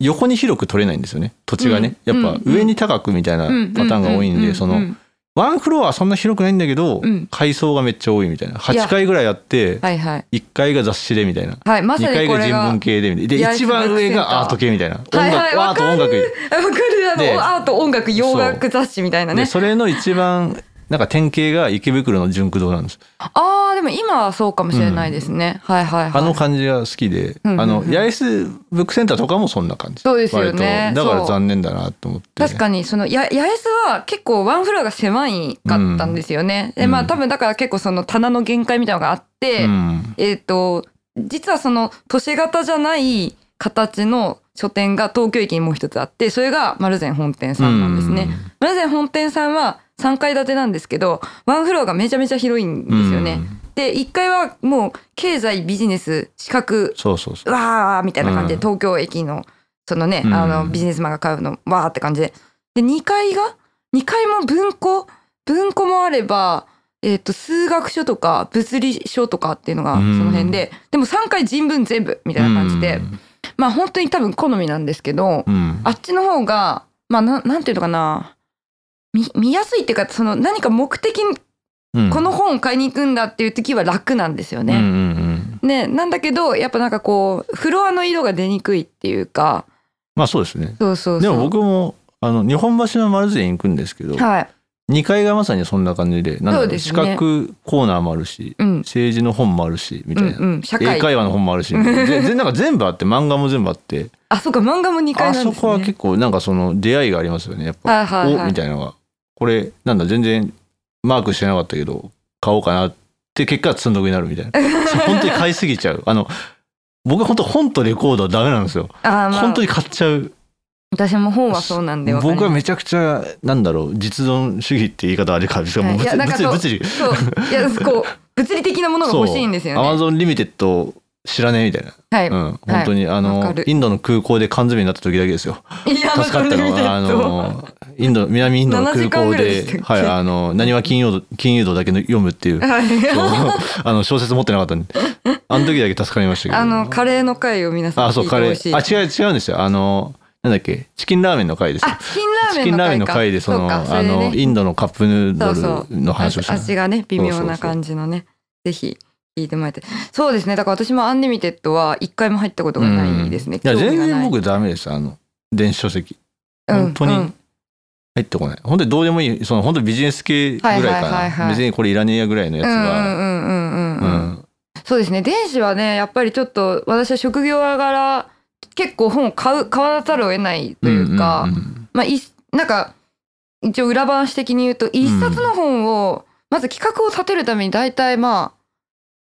[SPEAKER 1] 横に広く取れないんですよね土地がね、
[SPEAKER 2] うん
[SPEAKER 1] やっぱ
[SPEAKER 2] うん
[SPEAKER 1] 上に高くみたいな
[SPEAKER 2] うん
[SPEAKER 1] パターンが多いん
[SPEAKER 2] うう
[SPEAKER 1] で
[SPEAKER 2] う
[SPEAKER 1] そうの
[SPEAKER 2] ん
[SPEAKER 1] ワンフロアはそんな広くないんだけど、
[SPEAKER 2] うん
[SPEAKER 1] 階層がめっちゃ多いみたいない
[SPEAKER 2] や
[SPEAKER 1] 8階ぐらいあって
[SPEAKER 2] はいはい
[SPEAKER 1] 1階が雑誌でみたいな。
[SPEAKER 2] はいま
[SPEAKER 1] 2
[SPEAKER 2] さ
[SPEAKER 1] 階
[SPEAKER 2] にこ
[SPEAKER 1] が
[SPEAKER 2] れ
[SPEAKER 1] 人
[SPEAKER 2] が
[SPEAKER 1] 文系でみたい
[SPEAKER 2] い
[SPEAKER 1] な
[SPEAKER 2] や
[SPEAKER 1] で一番上がアート系みたいな音楽、
[SPEAKER 2] はいはい
[SPEAKER 1] アート音楽
[SPEAKER 2] あわかるあ
[SPEAKER 1] で
[SPEAKER 2] のアート音楽洋楽雑誌みたいな
[SPEAKER 1] で
[SPEAKER 2] ね
[SPEAKER 1] それの一番なんか典型が池袋の純駆堂なんです
[SPEAKER 2] ああでも今はそうかもしれないですね、はいはいは
[SPEAKER 1] あ
[SPEAKER 2] い
[SPEAKER 1] の感じが好きで、
[SPEAKER 2] うんうんうん
[SPEAKER 1] あの八重洲ブックセンターとかもそんな感じ。
[SPEAKER 2] そうですよね
[SPEAKER 1] 割とだから
[SPEAKER 2] そう
[SPEAKER 1] 残念だなと思って。
[SPEAKER 2] 確かにそのや八重洲は結構ワンフロアが狭いかったんですよね、
[SPEAKER 1] うん
[SPEAKER 2] でまあ
[SPEAKER 1] うん
[SPEAKER 2] 多分だから結構その棚の限界みたいなのがあって、
[SPEAKER 1] うん。
[SPEAKER 2] えっ、と実はその都市型じゃない形の書店が東京駅にもう一つあってそれが丸善本店さんなんですね、丸善本店さんは3階建てなんですけどワンフロアがめちゃめちゃ広いん
[SPEAKER 1] うん。
[SPEAKER 2] ですよね、
[SPEAKER 1] うん。
[SPEAKER 2] で1階はもう経済ビジネス資格
[SPEAKER 1] そうそうそう。
[SPEAKER 2] わーみたいな感じで
[SPEAKER 1] うん
[SPEAKER 2] 東京駅のそのね、
[SPEAKER 1] うん
[SPEAKER 2] あのビジネスマンが買うのわーって感じでで2階が2階も文庫文庫もあれば、えっと数学書とか物理書とかっていうのがそ
[SPEAKER 1] うん
[SPEAKER 2] の辺で、でも3階人文全部み
[SPEAKER 1] み
[SPEAKER 2] たいな感じで、まあ本当に多分好みなんですけど、
[SPEAKER 1] うん
[SPEAKER 2] あっちの方がまあなんなんていうのかな見見やすいっていうかその何か目的に
[SPEAKER 1] うん
[SPEAKER 2] この本を買いに行くんだっていう時は楽なんですよね。
[SPEAKER 1] うんうんうん
[SPEAKER 2] ね、なんだけどやっぱなんかこうフロアの色が出にくいっていうか
[SPEAKER 1] まあそうですね
[SPEAKER 2] そうそうそう
[SPEAKER 1] でも僕もあの日本橋の丸善行くんですけど、
[SPEAKER 2] はい
[SPEAKER 1] 2階がまさにそんな感じでなんだ
[SPEAKER 2] そ
[SPEAKER 1] ろ
[SPEAKER 2] う
[SPEAKER 1] う
[SPEAKER 2] です
[SPEAKER 1] 資
[SPEAKER 2] ね
[SPEAKER 1] 格コーナーもあるし
[SPEAKER 2] うん
[SPEAKER 1] 政治の本もあるしみ
[SPEAKER 2] う
[SPEAKER 1] た
[SPEAKER 2] ん
[SPEAKER 1] いな、
[SPEAKER 2] うん社
[SPEAKER 1] 英
[SPEAKER 2] 会
[SPEAKER 1] 会話の本もある
[SPEAKER 2] [laughs]
[SPEAKER 1] しぜ全なんか全部あって漫画も全部あって、
[SPEAKER 2] あそうか漫画も2階
[SPEAKER 1] あ
[SPEAKER 2] なんですね
[SPEAKER 1] そこは結構なんかその出会いがありますよねやっぱ、
[SPEAKER 2] はいはいは
[SPEAKER 1] おみ
[SPEAKER 2] い
[SPEAKER 1] たいなのがこれなんだ全然マークしてなかったけど買おうかなって結果つんどくになるみたい
[SPEAKER 2] [laughs]
[SPEAKER 1] なそう本当に買いすぎちゃうあの僕は本当本とレコードはダメなんですよ、
[SPEAKER 2] あー、まあ、
[SPEAKER 1] 本当に買っちゃう
[SPEAKER 2] 私も本はそうなんでわかります
[SPEAKER 1] 僕はめちゃくちゃなんだろう実存主義って言い方あれかですが
[SPEAKER 2] はい
[SPEAKER 1] もう
[SPEAKER 2] いや
[SPEAKER 1] 物
[SPEAKER 2] なんか
[SPEAKER 1] 理
[SPEAKER 2] そう
[SPEAKER 1] 物理
[SPEAKER 2] そういやこう物理的なものが欲しいんですよ
[SPEAKER 1] アマ
[SPEAKER 2] ね
[SPEAKER 1] ゾンリミテッド知らねえみたいな、
[SPEAKER 2] はい、
[SPEAKER 1] うん、本当に、あ
[SPEAKER 2] わ
[SPEAKER 1] の
[SPEAKER 2] かる
[SPEAKER 1] インドの空港で缶詰になった時だけですよ
[SPEAKER 2] いや
[SPEAKER 1] 助かったの
[SPEAKER 2] わ
[SPEAKER 1] はあ
[SPEAKER 2] か
[SPEAKER 1] の
[SPEAKER 2] る
[SPEAKER 1] インド南インドの空港
[SPEAKER 2] 7時間ぐらいでした
[SPEAKER 1] で
[SPEAKER 2] っけ
[SPEAKER 1] はいあの何は金融道 [laughs] 金融道だけの読むっていう [laughs] そう
[SPEAKER 2] はい
[SPEAKER 1] あの小説持ってなかったんであの時だけ助かりましたけど
[SPEAKER 2] あのカレーの回を皆さん
[SPEAKER 1] あそう
[SPEAKER 2] 聞いて
[SPEAKER 1] カレ
[SPEAKER 2] ほしい
[SPEAKER 1] ーあ違う違うんですよあのなんだっけチキンラーメンの回ですよ
[SPEAKER 2] あチキンラーメ
[SPEAKER 1] チキンラーメン
[SPEAKER 2] ンの回か
[SPEAKER 1] の回でその
[SPEAKER 2] うか
[SPEAKER 1] あ
[SPEAKER 2] れでね
[SPEAKER 1] のインドのカップヌー
[SPEAKER 2] そ
[SPEAKER 1] ド
[SPEAKER 2] うそう
[SPEAKER 1] ルの話をした
[SPEAKER 2] 味がね微妙な感じのねぜひ聞いてもらえてそうですねだから私もアンリミテッドは一回も入ったことがないですね、
[SPEAKER 1] うんいや
[SPEAKER 2] 興味
[SPEAKER 1] 全
[SPEAKER 2] がな
[SPEAKER 1] 然僕ダメですあの電子書籍
[SPEAKER 2] うん
[SPEAKER 1] 本当に
[SPEAKER 2] うん
[SPEAKER 1] 入ってこない本当にどうでもいいその本当にビジネス系ぐらいかな、
[SPEAKER 2] はいはいはいはい
[SPEAKER 1] 別にこれいらねえやぐらいのやつ
[SPEAKER 2] うん
[SPEAKER 1] は、
[SPEAKER 2] うんうんうんうんうん
[SPEAKER 1] うん
[SPEAKER 2] そうですね電子はねやっぱりちょっと私は職業柄結構本を買う買わざるを得ないというか、
[SPEAKER 1] んん
[SPEAKER 2] まあいなんか一応裏話的に言うと一冊の本を、まず企画を立てるために大体まあ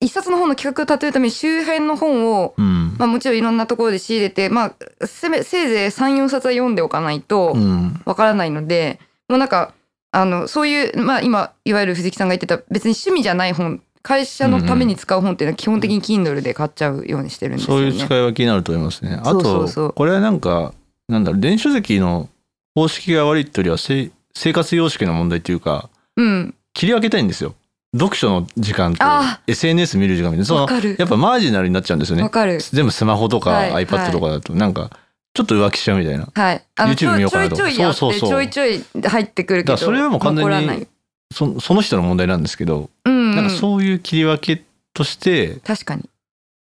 [SPEAKER 2] 一冊の本の企画を立てるために周辺の本を
[SPEAKER 1] うん
[SPEAKER 2] まあ、もちろんいろんなところで仕入れて、まあ、せめせいぜい34冊は読んでおかないと
[SPEAKER 1] うん
[SPEAKER 2] わからないので、もうなんかあのそういう、まあ、今いわゆる藤木さんが言ってた別に趣味じゃない本会社のために使う本っていうのは基本的に Kindle で買っちゃうようにしてるんですよ
[SPEAKER 1] そうい
[SPEAKER 2] ね。
[SPEAKER 1] う使い分けになると思いますねあと
[SPEAKER 2] そうそうそう
[SPEAKER 1] これはなんかなんだろう電子書籍の方式が悪いというよりはせい生活様式の問題というか
[SPEAKER 2] うん、
[SPEAKER 1] 切り分けたいんですよ読書の時間と
[SPEAKER 2] あ
[SPEAKER 1] SNS 見る時間みたいなそ
[SPEAKER 2] わ
[SPEAKER 1] の
[SPEAKER 2] かる
[SPEAKER 1] やっぱマージナルになっちゃうんですよね
[SPEAKER 2] わかる。
[SPEAKER 1] 全部スマホとか
[SPEAKER 2] はい
[SPEAKER 1] iPad とかだとなんかちょっと浮気しちゃうみたいな
[SPEAKER 2] はい、あ
[SPEAKER 1] YouTube 見よう
[SPEAKER 2] ちょ
[SPEAKER 1] かないと
[SPEAKER 2] ちょいやって
[SPEAKER 1] そうそうそう
[SPEAKER 2] ちょいちょい入ってくるけど
[SPEAKER 1] だからそれはもう完全に
[SPEAKER 2] 残らない、
[SPEAKER 1] そその人の問題なんですけど、
[SPEAKER 2] うんうん
[SPEAKER 1] なんかそういう切り分けとして
[SPEAKER 2] 確かに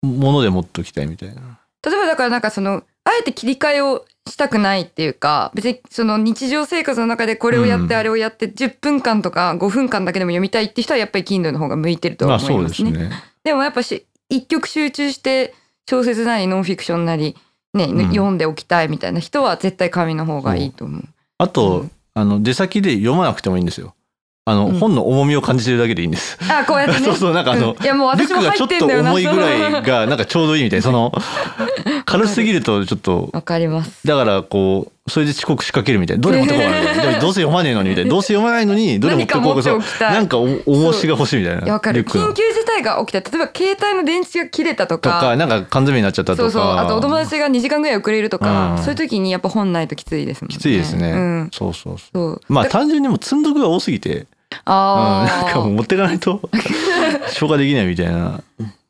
[SPEAKER 1] もので持っときたいみたいな。
[SPEAKER 2] 例えばだからなんかそのあえて切り替えをしたくないっていうか別にその日常生活の中でこれをやっ
[SPEAKER 1] うん
[SPEAKER 2] てあれをやって10分間とか5分間だけでも読みたいって人はやっぱり Kindle の方が向いてるとは
[SPEAKER 1] まあ
[SPEAKER 2] 思い
[SPEAKER 1] そう
[SPEAKER 2] ま
[SPEAKER 1] ですす
[SPEAKER 2] ね。で
[SPEAKER 1] ね。
[SPEAKER 2] もやっぱし一曲集中して小説なりノンフィクションなり、ね
[SPEAKER 1] ん
[SPEAKER 2] 読んでおきたいみたいな人は絶対紙の方がいいと思う。
[SPEAKER 1] あと、
[SPEAKER 2] うん
[SPEAKER 1] あの出先で読まなくてもいいんですよ。あの、
[SPEAKER 2] うん
[SPEAKER 1] 本の重みを感じてるだけでいいんです。
[SPEAKER 2] あこうやってね。
[SPEAKER 1] [laughs] そうそうなんかあの、
[SPEAKER 2] うんいやもう
[SPEAKER 1] リュッ [laughs]
[SPEAKER 2] 私も
[SPEAKER 1] クがち
[SPEAKER 2] 入
[SPEAKER 1] ょ
[SPEAKER 2] っ
[SPEAKER 1] ってと
[SPEAKER 2] んだよな。
[SPEAKER 1] 重いぐらい [laughs]
[SPEAKER 2] そう
[SPEAKER 1] がなんかちょうどいいみたいなそ
[SPEAKER 2] [laughs]
[SPEAKER 1] の軽すぎるとちょっと
[SPEAKER 2] わかります。
[SPEAKER 1] だからこうそれで遅刻しかけるみたいなどれ持ってこないのでもどうせ読まねえのにみたいなどうせ読まないの
[SPEAKER 2] [laughs]
[SPEAKER 1] にどれ持ってこうか
[SPEAKER 2] 何か持っておきたい
[SPEAKER 1] なんかお重しが欲しいみたい
[SPEAKER 2] いや
[SPEAKER 1] な
[SPEAKER 2] わか
[SPEAKER 1] リュ
[SPEAKER 2] る。
[SPEAKER 1] ックの
[SPEAKER 2] 緊急事態が起きた例えば携帯の電池が切れた
[SPEAKER 1] とかなんか缶詰になっちゃったとか
[SPEAKER 2] そうそうあとお友達が2時間ぐらい遅れると
[SPEAKER 1] う
[SPEAKER 2] か、
[SPEAKER 1] ん
[SPEAKER 2] そういう時にやっぱ本ないときついですもんね
[SPEAKER 1] きついですね、
[SPEAKER 2] うん
[SPEAKER 1] そうそうそう
[SPEAKER 2] そう
[SPEAKER 1] まあ
[SPEAKER 2] だ
[SPEAKER 1] 単純にもう積んどくが多すぎて、うん、
[SPEAKER 2] あー
[SPEAKER 1] なんかもう持ってかない
[SPEAKER 2] [laughs]
[SPEAKER 1] と消化できないみたいな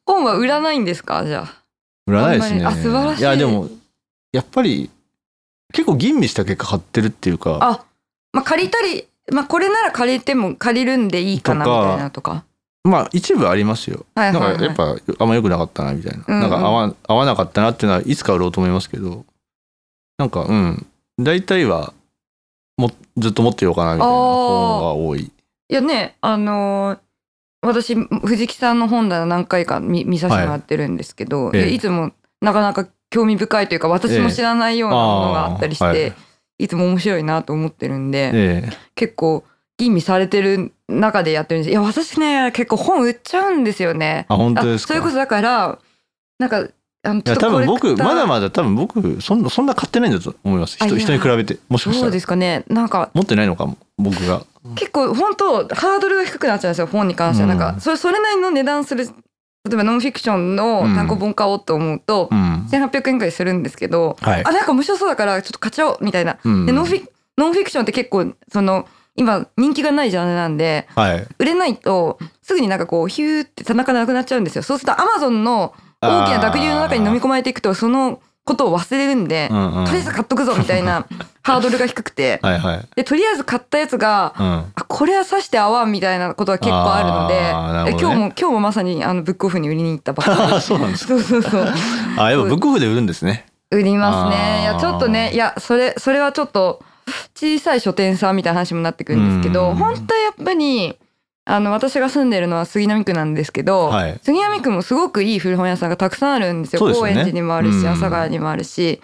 [SPEAKER 2] 本は売らないんですかじゃあ
[SPEAKER 1] 占いですね
[SPEAKER 2] あんまりあ素晴らしい
[SPEAKER 1] やでもやっぱり結構吟味した結果買ってるっていうか
[SPEAKER 2] あ、まあ、借りたり、まあ、これなら借りても借りるんでいいかなみ
[SPEAKER 1] とか
[SPEAKER 2] たいなとか
[SPEAKER 1] まあ一部ありますよ
[SPEAKER 2] はい
[SPEAKER 1] な
[SPEAKER 2] はい、はい、
[SPEAKER 1] んかやっぱあんま良くなかったなみたいな、
[SPEAKER 2] うんうん
[SPEAKER 1] なんか合わ合わなかったなっていうのはいつか売ろうと思いますけどなんかうん大体はもずっと持ってようかなみたいな
[SPEAKER 2] あー
[SPEAKER 1] 本が多い
[SPEAKER 2] いやねあのー私藤木さんの本棚何回か見見させてもらってるんですけど、
[SPEAKER 1] ええ
[SPEAKER 2] いやいつもなかなか興味深いというか私も知らないようなものがあったりして、
[SPEAKER 1] ええあー
[SPEAKER 2] い、つも面白いなと思ってるんで、
[SPEAKER 1] え
[SPEAKER 2] 結構吟味されてる中でやってるんですいや私ね結構本売っちゃうんですよね
[SPEAKER 1] えあ本当ですか
[SPEAKER 2] あそれこそだからなんかあの
[SPEAKER 1] い
[SPEAKER 2] ちょ
[SPEAKER 1] や
[SPEAKER 2] っ
[SPEAKER 1] 多
[SPEAKER 2] とコ
[SPEAKER 1] 分
[SPEAKER 2] レクター
[SPEAKER 1] 僕まだまだ多分僕そんなそんな買ってないんだと思います
[SPEAKER 2] あい
[SPEAKER 1] 人
[SPEAKER 2] や
[SPEAKER 1] 人に比べてもしかし
[SPEAKER 2] そ
[SPEAKER 1] た
[SPEAKER 2] う
[SPEAKER 1] ら
[SPEAKER 2] ですかねなんか
[SPEAKER 1] 持ってないのかも僕が
[SPEAKER 2] 結構本当ハードルが低くなっちゃうんですよ本に関しては
[SPEAKER 1] う
[SPEAKER 2] なん
[SPEAKER 1] ん
[SPEAKER 2] かそれそれなりの値段する例えばノンフィクションの単行本買おうと思うと、
[SPEAKER 1] うん。
[SPEAKER 2] 1800円くらいするんですけど、
[SPEAKER 1] はい
[SPEAKER 2] あなんか面白そうだからちょっと買っちゃおうみたいな、
[SPEAKER 1] うん
[SPEAKER 2] でノンフィノンフィクションって結構その今人気がないジャンルなんで
[SPEAKER 1] はい。
[SPEAKER 2] 売れないとすぐになんかこうヒューって棚からなくなっちゃうんですよそうするとアマゾンの大きな濁流の中に飲み込まれていくとそのことを忘れるんで、
[SPEAKER 1] うんうん
[SPEAKER 2] とりあえず買っとくぞみたいな [laughs] ハードルが低くて、
[SPEAKER 1] はいはい。
[SPEAKER 2] でとりあえず買ったやつが、 [laughs]
[SPEAKER 1] うん。
[SPEAKER 2] あこれは刺して合わんみたいなことが結構あるの
[SPEAKER 1] あーな
[SPEAKER 2] で
[SPEAKER 1] るほ
[SPEAKER 2] え
[SPEAKER 1] どね
[SPEAKER 2] 今日も今日もまさにあのブックオフに売りに行ったばっかり
[SPEAKER 1] あそうなん [laughs] ですか。
[SPEAKER 2] そうそうそう
[SPEAKER 1] あ、やっぱブックオフで売るんですね。
[SPEAKER 2] 売ります
[SPEAKER 1] あー
[SPEAKER 2] ねいやちょっとねいやそれそれはちょっと小さい書店さんみたいな話もなってくるんですけ
[SPEAKER 1] う
[SPEAKER 2] ど
[SPEAKER 1] ん
[SPEAKER 2] 本当はやっぱりあの私が住んでるのは杉並区なんですけど、
[SPEAKER 1] はい
[SPEAKER 2] 杉並区もすごくいい古本屋さんがたくさんあるんですよ
[SPEAKER 1] そうですよ
[SPEAKER 2] 高
[SPEAKER 1] ね
[SPEAKER 2] 円寺にもあるし
[SPEAKER 1] うん
[SPEAKER 2] 阿佐ヶ谷にもあるし。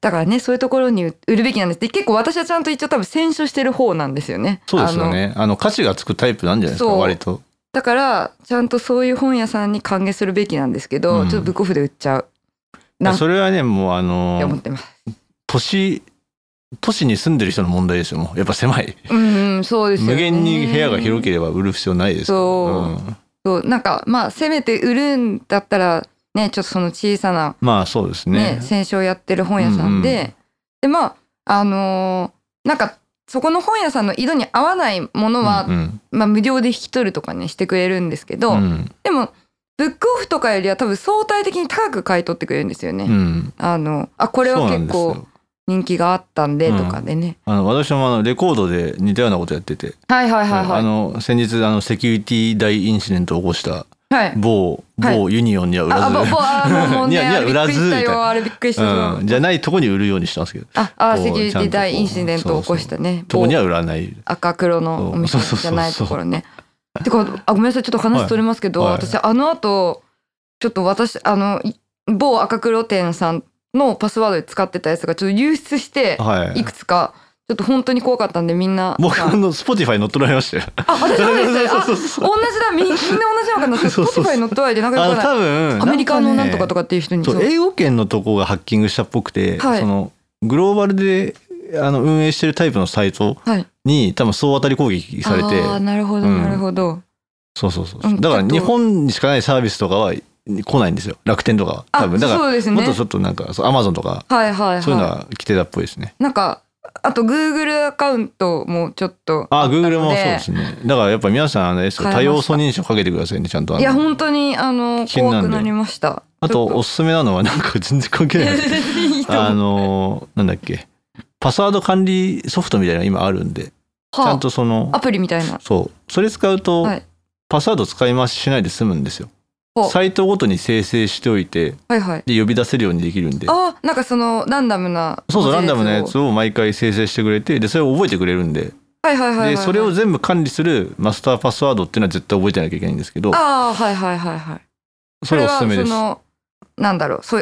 [SPEAKER 2] だからねそういうところに売るべきなんですで結構私はちゃんと一応多分選書してる方なんですよね。
[SPEAKER 1] そうですよ
[SPEAKER 2] あの
[SPEAKER 1] ね。あの価値がつくタイプなんじゃないですか。
[SPEAKER 2] そう
[SPEAKER 1] 割と。
[SPEAKER 2] だからちゃんとそういう本屋さんに歓迎するべきなんですけど、
[SPEAKER 1] うん
[SPEAKER 2] ちょっとブックオフで売っちゃうな
[SPEAKER 1] それはね、もうあ
[SPEAKER 2] って思っ
[SPEAKER 1] の
[SPEAKER 2] てます。
[SPEAKER 1] 都市都市に住んでる人の問題ですよ。もうやっぱ狭い。
[SPEAKER 2] うん、うんそうですよね
[SPEAKER 1] 無限に部屋が広ければ売る必要ないですから。
[SPEAKER 2] そう
[SPEAKER 1] うん
[SPEAKER 2] そうなんかまあせめて売るんだったらねちょっとその小さな
[SPEAKER 1] まあそうです
[SPEAKER 2] ね
[SPEAKER 1] ね。
[SPEAKER 2] 選書をやってる本屋さんで、
[SPEAKER 1] うんう
[SPEAKER 2] でまああのーなんかそこの本屋さんの色に合わないものは、
[SPEAKER 1] うんうん
[SPEAKER 2] まあ、無料で引き取るとかねしてくれるんですけど、
[SPEAKER 1] うん
[SPEAKER 2] でもブックオフとかよりは多分相対的に高く買い取ってくれるんですよね。
[SPEAKER 1] うん
[SPEAKER 2] あのあこれは
[SPEAKER 1] そうなん
[SPEAKER 2] 結
[SPEAKER 1] ですよ
[SPEAKER 2] 構人気があったんで
[SPEAKER 1] うん
[SPEAKER 2] とかでね、
[SPEAKER 1] あの私もあのレコードで似たようなことやってて、
[SPEAKER 2] はいはいはいは
[SPEAKER 1] あ
[SPEAKER 2] い
[SPEAKER 1] の先日あのセキュリティ大インシデントを起こした
[SPEAKER 2] はい
[SPEAKER 1] 某、
[SPEAKER 2] はい
[SPEAKER 1] 某ユニオンには売
[SPEAKER 2] あ
[SPEAKER 1] ら
[SPEAKER 2] あ
[SPEAKER 1] ず、
[SPEAKER 2] ぼぼあもうも
[SPEAKER 1] [laughs]
[SPEAKER 2] う
[SPEAKER 1] い
[SPEAKER 2] ね
[SPEAKER 1] やいや
[SPEAKER 2] あれびっくり
[SPEAKER 1] 裏
[SPEAKER 2] した
[SPEAKER 1] ずみたい
[SPEAKER 2] よ
[SPEAKER 1] な
[SPEAKER 2] あれびっくりしたよ、
[SPEAKER 1] うんじゃないとこに売るようにしたんですけど
[SPEAKER 2] ああ
[SPEAKER 1] こう
[SPEAKER 2] セキュリティ大インシデントを起こしたね
[SPEAKER 1] とこに
[SPEAKER 2] 某
[SPEAKER 1] は売らない
[SPEAKER 2] 赤黒のお
[SPEAKER 1] そ
[SPEAKER 2] 店
[SPEAKER 1] うそうそうそう
[SPEAKER 2] じゃないところね。てかあごめんなさいちょっと話それますけど、
[SPEAKER 1] はいはい
[SPEAKER 2] 私あの後ちょっと私あのい某赤黒店さんのパスワードで使ってたやつがちょっと流出して
[SPEAKER 1] はい
[SPEAKER 2] くつかちょっと本当に怖かったんでみんな
[SPEAKER 1] 僕あ
[SPEAKER 2] あ
[SPEAKER 1] の Spotify に乗っ取られましたよ [laughs]
[SPEAKER 2] 私もです
[SPEAKER 1] そう
[SPEAKER 2] あ
[SPEAKER 1] そうそう
[SPEAKER 2] 同じだみみんな同じのかな
[SPEAKER 1] そうそうそう
[SPEAKER 2] Spotify 乗っ取られてなんか
[SPEAKER 1] あ
[SPEAKER 2] よ
[SPEAKER 1] の
[SPEAKER 2] くわか
[SPEAKER 1] 多
[SPEAKER 2] ん
[SPEAKER 1] 分
[SPEAKER 2] ないアメリカのなんとかと
[SPEAKER 1] か
[SPEAKER 2] かっていう人に
[SPEAKER 1] そう英語圏のとこがハッキングしたっぽくて、
[SPEAKER 2] はい
[SPEAKER 1] そのグローバルであの運営してるタイプのサイト
[SPEAKER 2] はい
[SPEAKER 1] に多分総当たり攻撃されて
[SPEAKER 2] ああなるほど
[SPEAKER 1] うん
[SPEAKER 2] なるほど、
[SPEAKER 1] そうそうそう、
[SPEAKER 2] うん
[SPEAKER 1] だから
[SPEAKER 2] ちょっと
[SPEAKER 1] 日本にしかないサービスとかは来ないんですよ楽天とかは
[SPEAKER 2] あ
[SPEAKER 1] 多分だから
[SPEAKER 2] そうですね
[SPEAKER 1] もっとちょっとなんかそうアマゾンとか
[SPEAKER 2] はいはいはい
[SPEAKER 1] そういうのは来てたっぽいですね、
[SPEAKER 2] なんかあと Google アカウントもちょっと
[SPEAKER 1] ああ Google もそう
[SPEAKER 2] なので
[SPEAKER 1] ですねだからやっぱ皆さんあれですよ
[SPEAKER 2] 変えま
[SPEAKER 1] 多
[SPEAKER 2] した
[SPEAKER 1] 要素認証かけてくださいねちゃんとあの
[SPEAKER 2] いや本当にあの
[SPEAKER 1] 危険なん
[SPEAKER 2] 怖
[SPEAKER 1] で
[SPEAKER 2] くなりました
[SPEAKER 1] あとおすすめなのはなんか全然関係
[SPEAKER 2] い
[SPEAKER 1] ないで
[SPEAKER 2] や
[SPEAKER 1] すけど
[SPEAKER 2] [laughs] いいと思う
[SPEAKER 1] あのなんだっけパスワード管理ソフトみたいなの今あるんでち
[SPEAKER 2] はあ
[SPEAKER 1] ゃんとその
[SPEAKER 2] アプリみたいな
[SPEAKER 1] そうそれ使うと
[SPEAKER 2] はい
[SPEAKER 1] パスワード使い回ししないで済むんですよ
[SPEAKER 2] ほう
[SPEAKER 1] サイトごとに生成しておいて
[SPEAKER 2] はいはい
[SPEAKER 1] で呼び出せるようにできるんで
[SPEAKER 2] あなんかそのランダムな
[SPEAKER 1] そうそう、ランダムなや
[SPEAKER 2] 文
[SPEAKER 1] つ
[SPEAKER 2] 字列を
[SPEAKER 1] を毎回生成してくれて、で、それを覚えてくれるんで、
[SPEAKER 2] はいはいはいはいは
[SPEAKER 1] で、
[SPEAKER 2] い
[SPEAKER 1] それを全部管理するマスターパスワードっていうのは絶対覚えてなきゃいけないんですけど、
[SPEAKER 2] ああはいはいはいはい
[SPEAKER 1] それおすすめです
[SPEAKER 2] それ。はそのなんだろうそ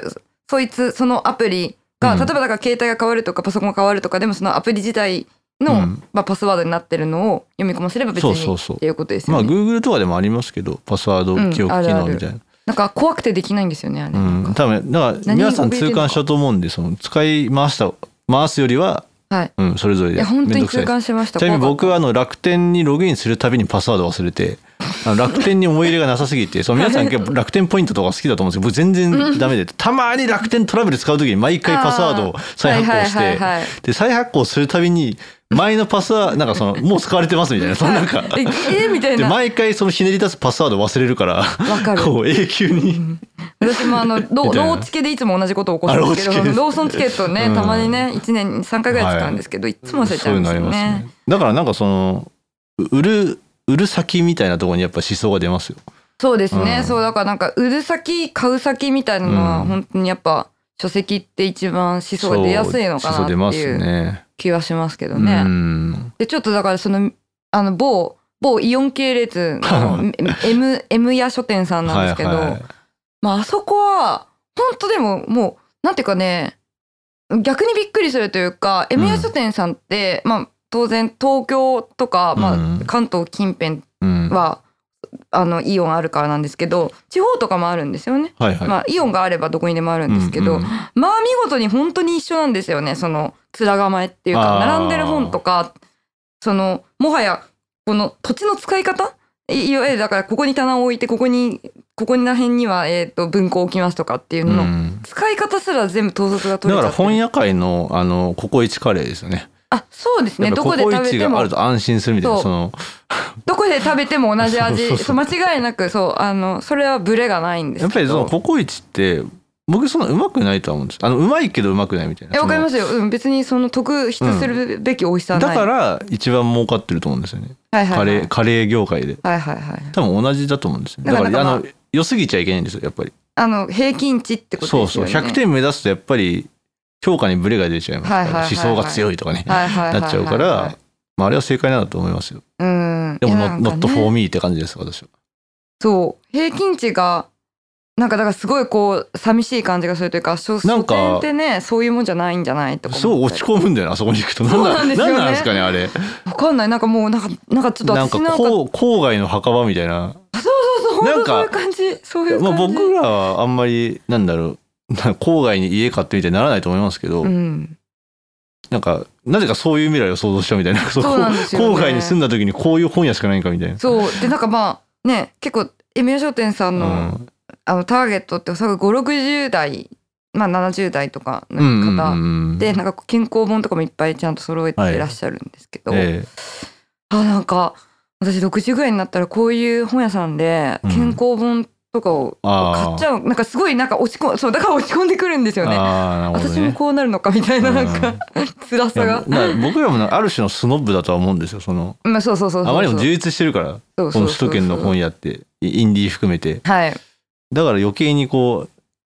[SPEAKER 2] そいつそのアプリが、
[SPEAKER 1] うん
[SPEAKER 2] 例えばだから携帯が変わるとかパソコンが変わるとかでもそのアプリ自体の、
[SPEAKER 1] うん
[SPEAKER 2] まあ、パスワードになってるのを読み込ませれば別に
[SPEAKER 1] そうそうそう
[SPEAKER 2] っていうことです
[SPEAKER 1] ま
[SPEAKER 2] よ
[SPEAKER 1] あ、
[SPEAKER 2] ね、
[SPEAKER 1] Google とかでもありますけど、パスワード記
[SPEAKER 2] うんあ
[SPEAKER 1] 憶機
[SPEAKER 2] るあ
[SPEAKER 1] 能
[SPEAKER 2] る
[SPEAKER 1] みたいな。
[SPEAKER 2] なんか怖くてできないんですよねあれ、
[SPEAKER 1] うん、
[SPEAKER 2] なんか
[SPEAKER 1] 多分、だから、
[SPEAKER 2] 何
[SPEAKER 1] 皆さん
[SPEAKER 2] 覚えてん
[SPEAKER 1] 痛
[SPEAKER 2] の
[SPEAKER 1] 感したと思うんで、その、使い回した、回すよりは、
[SPEAKER 2] はい
[SPEAKER 1] うん、それぞれ
[SPEAKER 2] い
[SPEAKER 1] で。
[SPEAKER 2] や本当
[SPEAKER 1] めんど
[SPEAKER 2] に
[SPEAKER 1] くさいで
[SPEAKER 2] 痛
[SPEAKER 1] す
[SPEAKER 2] 感しました
[SPEAKER 1] ちなみに
[SPEAKER 2] 怖か
[SPEAKER 1] 僕
[SPEAKER 2] っ
[SPEAKER 1] はあの楽天にログインするたびにパスワード忘れてあの楽天に思い入れがなさすぎてその皆さん結
[SPEAKER 2] [laughs]
[SPEAKER 1] 構楽天ポイントとか好きだと思うんですけど僕全然ダメでたまに楽天トラベル使う時に毎回パスワードを再発行し
[SPEAKER 2] はいはい
[SPEAKER 1] て
[SPEAKER 2] はいはい
[SPEAKER 1] で再発行するたびに前のパスワードなんかそのもう使われてますみたいなそのなんか
[SPEAKER 2] たええみ [laughs] たい
[SPEAKER 1] で
[SPEAKER 2] な
[SPEAKER 1] 毎回そのひねり出すパスワード忘れるから
[SPEAKER 2] かる
[SPEAKER 1] こう永久に
[SPEAKER 2] 私もあのロ
[SPEAKER 1] みたいな
[SPEAKER 2] ローチケでいつも同じこと起こすんですけ
[SPEAKER 1] あローチ
[SPEAKER 2] ど
[SPEAKER 1] ケ
[SPEAKER 2] ローソンチケットね、
[SPEAKER 1] うん
[SPEAKER 2] たまにね1年に3回ぐらい使うんですけど、い、つも忘れちゃうんですよね
[SPEAKER 1] だからなんかその売る売る先みたいなところにやっぱ思想が出ますよ。
[SPEAKER 2] そうですね、
[SPEAKER 1] うん
[SPEAKER 2] そうだからなんか売る先買う先みたいなのは
[SPEAKER 1] うん
[SPEAKER 2] 本当にやっぱ書籍って一番思想が出やすいのか
[SPEAKER 1] そう思想出
[SPEAKER 2] なっ
[SPEAKER 1] ま
[SPEAKER 2] て
[SPEAKER 1] す
[SPEAKER 2] いう
[SPEAKER 1] ね。
[SPEAKER 2] 気はしますけど
[SPEAKER 1] う
[SPEAKER 2] ね。
[SPEAKER 1] ん
[SPEAKER 2] でちょっとだからそのあの某某イオン系列
[SPEAKER 1] [laughs]
[SPEAKER 2] の M, M 屋書店さんなんですけど、
[SPEAKER 1] はいはい
[SPEAKER 2] まああそこは本当でももうなんていうかね逆にびっくりするというか、
[SPEAKER 1] ん
[SPEAKER 2] M 屋書店さんってまあ当然東京とか、ま
[SPEAKER 1] うん
[SPEAKER 2] あ、関東近辺
[SPEAKER 1] うん、
[SPEAKER 2] は、あのイオンあるからなんですけど地方とかもあるんですよね。
[SPEAKER 1] はいはい、
[SPEAKER 2] まあ、イオンがあればどこにでもあるんですけ
[SPEAKER 1] うん
[SPEAKER 2] ど、
[SPEAKER 1] うん
[SPEAKER 2] まあ見事に本当に一緒なんですよねその面構えっていうか
[SPEAKER 1] あー
[SPEAKER 2] 並んでる本とかそのもはやこの土地の使い方いいわゆるだからここに棚を置いてここにここら辺には、えー、と文庫置きますとかっていう
[SPEAKER 1] う
[SPEAKER 2] のの、
[SPEAKER 1] ん、
[SPEAKER 2] 使い方すら全部統率が
[SPEAKER 1] だ
[SPEAKER 2] 取れ
[SPEAKER 1] か
[SPEAKER 2] ちゃ
[SPEAKER 1] ら
[SPEAKER 2] ってる
[SPEAKER 1] 本屋会のあのココイチカレーですよね
[SPEAKER 2] あそうです
[SPEAKER 1] やっ
[SPEAKER 2] ね
[SPEAKER 1] ぱ
[SPEAKER 2] ど
[SPEAKER 1] コ
[SPEAKER 2] こで
[SPEAKER 1] コイ
[SPEAKER 2] 食べ
[SPEAKER 1] チ
[SPEAKER 2] て
[SPEAKER 1] があ
[SPEAKER 2] も
[SPEAKER 1] ると安心するみたいな
[SPEAKER 2] そう
[SPEAKER 1] その
[SPEAKER 2] どこで食べても同じ味
[SPEAKER 1] そうそう
[SPEAKER 2] そう間違いなくそうあのそれはブレがないんですけど
[SPEAKER 1] やっぱりそのココイチって僕そんなうまくないとは思うんですあのうまいけどうまくないみたいな
[SPEAKER 2] えわかりますすよ、うん、別にその特筆するべき美味しさ
[SPEAKER 1] だ
[SPEAKER 2] はない、
[SPEAKER 1] から一番儲かってると思うんですよね
[SPEAKER 2] はいはい
[SPEAKER 1] カレ
[SPEAKER 2] はい
[SPEAKER 1] ーカレー業界で
[SPEAKER 2] はいはいはい
[SPEAKER 1] 多分同じだと思うんですよね
[SPEAKER 2] だ
[SPEAKER 1] だ
[SPEAKER 2] か
[SPEAKER 1] からら
[SPEAKER 2] なん
[SPEAKER 1] あ
[SPEAKER 2] か
[SPEAKER 1] の良すぎちゃいけないんですよやっぱり
[SPEAKER 2] あの平均値ってこと
[SPEAKER 1] そう
[SPEAKER 2] です
[SPEAKER 1] そう
[SPEAKER 2] よね
[SPEAKER 1] 100点目指すとやっぱり評価にブレが出ちゃいますから
[SPEAKER 2] はいはいはいはい
[SPEAKER 1] 思想が強いとかね
[SPEAKER 2] はいはいはいはい
[SPEAKER 1] なっちゃうからまああれは正解なんだと思いますよ
[SPEAKER 2] うん
[SPEAKER 1] でも
[SPEAKER 2] いやなんか
[SPEAKER 1] not
[SPEAKER 2] ね
[SPEAKER 1] not for me って感じです私は
[SPEAKER 2] そう平均値がなんかだからすごいこう寂しい感じがするというか書
[SPEAKER 1] な
[SPEAKER 2] 書
[SPEAKER 1] んか
[SPEAKER 2] 店ってねそういうもんじゃないんじゃないとか
[SPEAKER 1] そう落ち込むんだよなあそこに行くとなん
[SPEAKER 2] そうなんで
[SPEAKER 1] だ
[SPEAKER 2] す
[SPEAKER 1] な
[SPEAKER 2] よね
[SPEAKER 1] んなんですかねあれ
[SPEAKER 2] むわかんないなんかもうなんかなんかちょっと
[SPEAKER 1] なん
[SPEAKER 2] 私
[SPEAKER 1] か
[SPEAKER 2] なんか
[SPEAKER 1] こう郊外の墓場みたいな
[SPEAKER 2] そうそうそう
[SPEAKER 1] なん
[SPEAKER 2] 本当
[SPEAKER 1] か
[SPEAKER 2] そういう感じそういう
[SPEAKER 1] まあ、
[SPEAKER 2] 感じ、
[SPEAKER 1] 僕らはあんまりなんだろう [laughs] な郊外に家買ってみたいにならないと思いますけど、
[SPEAKER 2] うん
[SPEAKER 1] なんかなぜかそういう未来を想像したみたいなそう
[SPEAKER 2] そうなんですよね
[SPEAKER 1] 郊外に住んだ時にこういう本屋しかないんかみたいな。
[SPEAKER 2] そうでなんかまあね結構エミュー商店さんの,、
[SPEAKER 1] うん
[SPEAKER 2] あのターゲットっておそらく560代まあ70代とかの
[SPEAKER 1] うん
[SPEAKER 2] 方、
[SPEAKER 1] うんうん
[SPEAKER 2] でなんか健康本とかもいっぱいちゃんと揃えていらっしゃるんですけど、
[SPEAKER 1] え
[SPEAKER 2] あなんか私60ぐらいになったらこういう本屋さんで
[SPEAKER 1] うん
[SPEAKER 2] 健康本とかを
[SPEAKER 1] あー
[SPEAKER 2] 買っちゃう、なんかすごいなんか落ち込んそうだから落ち込んでくるんです
[SPEAKER 1] え
[SPEAKER 2] よね。
[SPEAKER 1] ああなるほど
[SPEAKER 2] 私も
[SPEAKER 1] ね。
[SPEAKER 2] こうなるのかみたいななんか、辛
[SPEAKER 1] い
[SPEAKER 2] さ
[SPEAKER 1] や
[SPEAKER 2] が。
[SPEAKER 1] な僕らもなある種のスノブだとは思うんですよその
[SPEAKER 2] まあそうそうそうそう
[SPEAKER 1] あまりにも充実してるから
[SPEAKER 2] そう
[SPEAKER 1] こ
[SPEAKER 2] そう
[SPEAKER 1] の
[SPEAKER 2] そう
[SPEAKER 1] 首都圏の本屋ってイインディー含めて
[SPEAKER 2] はい。
[SPEAKER 1] だから余計にこう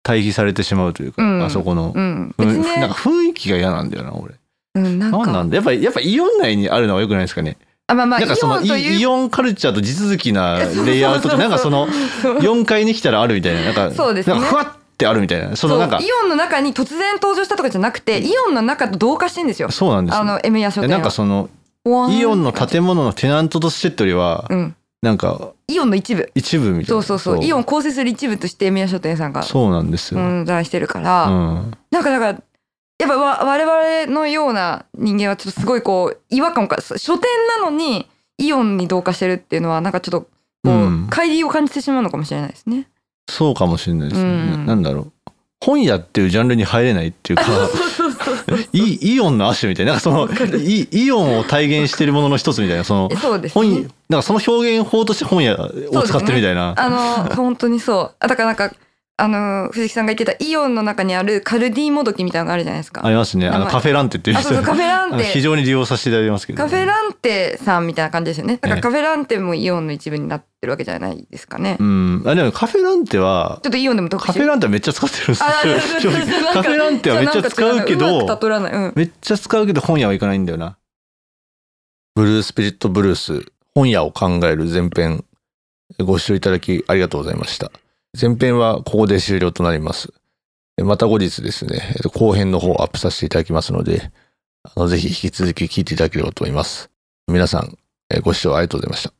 [SPEAKER 1] 対比されてしまうというか、
[SPEAKER 2] うん
[SPEAKER 1] あそこの、
[SPEAKER 2] うん。
[SPEAKER 1] ふ
[SPEAKER 2] 別
[SPEAKER 1] ん
[SPEAKER 2] に
[SPEAKER 1] なん
[SPEAKER 2] ね
[SPEAKER 1] か、雰囲気が嫌なんだよな俺。
[SPEAKER 2] うん、なん
[SPEAKER 1] なんな
[SPEAKER 2] か
[SPEAKER 1] んだやっぱりやっぱイオン内にあるのはよくないですかね。
[SPEAKER 2] あまあまあイ
[SPEAKER 1] なんかそ
[SPEAKER 2] オ
[SPEAKER 1] の
[SPEAKER 2] ンと
[SPEAKER 1] イイ
[SPEAKER 2] いう
[SPEAKER 1] オンカルチャーと地続きなレイアウトってなんかそ
[SPEAKER 2] [laughs]
[SPEAKER 1] の4階に来たらあるみたいななんか
[SPEAKER 2] そうですね
[SPEAKER 1] なんかふわってあるみたいなそ
[SPEAKER 2] そ
[SPEAKER 1] の
[SPEAKER 2] う
[SPEAKER 1] なんか
[SPEAKER 2] イオンの中に突然登場したとかじゃなくてイオンの中と同化してんですよ。
[SPEAKER 1] そうなんです
[SPEAKER 2] あ
[SPEAKER 1] よ。
[SPEAKER 2] の M や書
[SPEAKER 1] で
[SPEAKER 2] 店は
[SPEAKER 1] なんかその
[SPEAKER 2] ほわーん
[SPEAKER 1] イオンの建物のテナントとしてってよりは
[SPEAKER 2] うん
[SPEAKER 1] なんか
[SPEAKER 2] イオンの一部。
[SPEAKER 1] 一部みたい
[SPEAKER 2] そ
[SPEAKER 1] な。
[SPEAKER 2] うそうそうイオンを構成する一部として M や書店さんが
[SPEAKER 1] そうなんですよ。
[SPEAKER 2] 存在してるから、
[SPEAKER 1] うん
[SPEAKER 2] なんかだからやっぱわ我々のような人間はちょっとすごいこう違和感をか書店なのにイオンに同化してるっていうのはなんかちょっとこう、
[SPEAKER 1] うん
[SPEAKER 2] 乖離を感じてしまうのかもしれないですね。
[SPEAKER 1] そうかもしれないですね。
[SPEAKER 2] うん
[SPEAKER 1] なんだろう。本屋っていうジャンルに入れないっていうか、
[SPEAKER 2] そうそうそう
[SPEAKER 1] イイオンの足みたいな、なんかそのイ、イオンを体現しているものの一つみたいな、その、
[SPEAKER 2] [laughs] そうです、
[SPEAKER 1] 本
[SPEAKER 2] ね
[SPEAKER 1] なん。かその表現法として本屋を使ってるみたいな、
[SPEAKER 2] あの本当にそうあだからなんかあの藤木さんが言ってたイオンの中にあるカルディもどきみたいなのがあるじゃないですか。
[SPEAKER 1] ありますねあ
[SPEAKER 2] 名
[SPEAKER 1] の
[SPEAKER 2] 前
[SPEAKER 1] カフェランテっていう
[SPEAKER 2] あそうそうカフェラ
[SPEAKER 1] [laughs]
[SPEAKER 2] ン
[SPEAKER 1] あの非
[SPEAKER 2] テ
[SPEAKER 1] 常に利用させていただきますけど
[SPEAKER 2] カフェランテさんみたいな感じですよねだか
[SPEAKER 1] え
[SPEAKER 2] ら
[SPEAKER 1] え
[SPEAKER 2] カフェランテもイオンの一部になってるわけじゃないですかね、
[SPEAKER 1] うんあでもカフェランテは
[SPEAKER 2] ちょっとイオンでも特
[SPEAKER 1] カフェ
[SPEAKER 2] 殊
[SPEAKER 1] ランテはめっちゃ使ってるんです
[SPEAKER 2] あそうそう
[SPEAKER 1] [laughs] よ
[SPEAKER 2] そうそうなんか
[SPEAKER 1] カフェランテはめっちゃ使うけ
[SPEAKER 2] なんか違う
[SPEAKER 1] ど
[SPEAKER 2] まく例えらないうん
[SPEAKER 1] めっちゃ使うけど本屋はいかないんだよなブルースピリットブルース本屋を考える前編ご視聴いただきありがとうございました前編はここで終了となりますえまた後日ですねえっと後編の方をアップさせていただきますのであのぜひ引き続き聞いていただければと思います皆さんえご視聴ありがとうございました